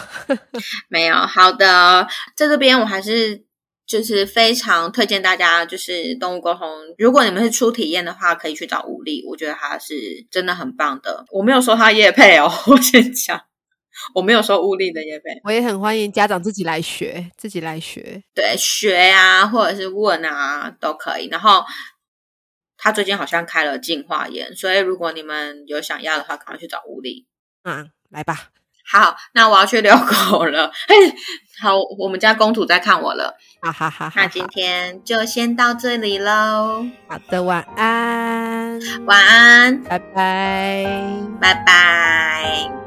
[SPEAKER 2] 没有，好的，哦在这边我还是就是非常推荐大家，就是动物沟通，如果你们是初体验的话，可以去找吴力，我觉得他是真的很棒的。我没有收他叶配哦，我先讲，我没有收吴力的叶配，
[SPEAKER 1] 我也很欢迎家长自己来学，自己来学。
[SPEAKER 2] 对，学啊，或者是问啊，都可以。然后他最近好像开了净化宴，所以如果你们有想要的话，赶快去找吴力。
[SPEAKER 1] 嗯，来吧。
[SPEAKER 2] 好，那我要去遛狗了。嘿，好，我们家公主在看我了。
[SPEAKER 1] 哈哈哈哈
[SPEAKER 2] 那今天就先到这里喽，
[SPEAKER 1] 好的，晚安，
[SPEAKER 2] 晚安，
[SPEAKER 1] 拜拜。
[SPEAKER 2] 拜拜。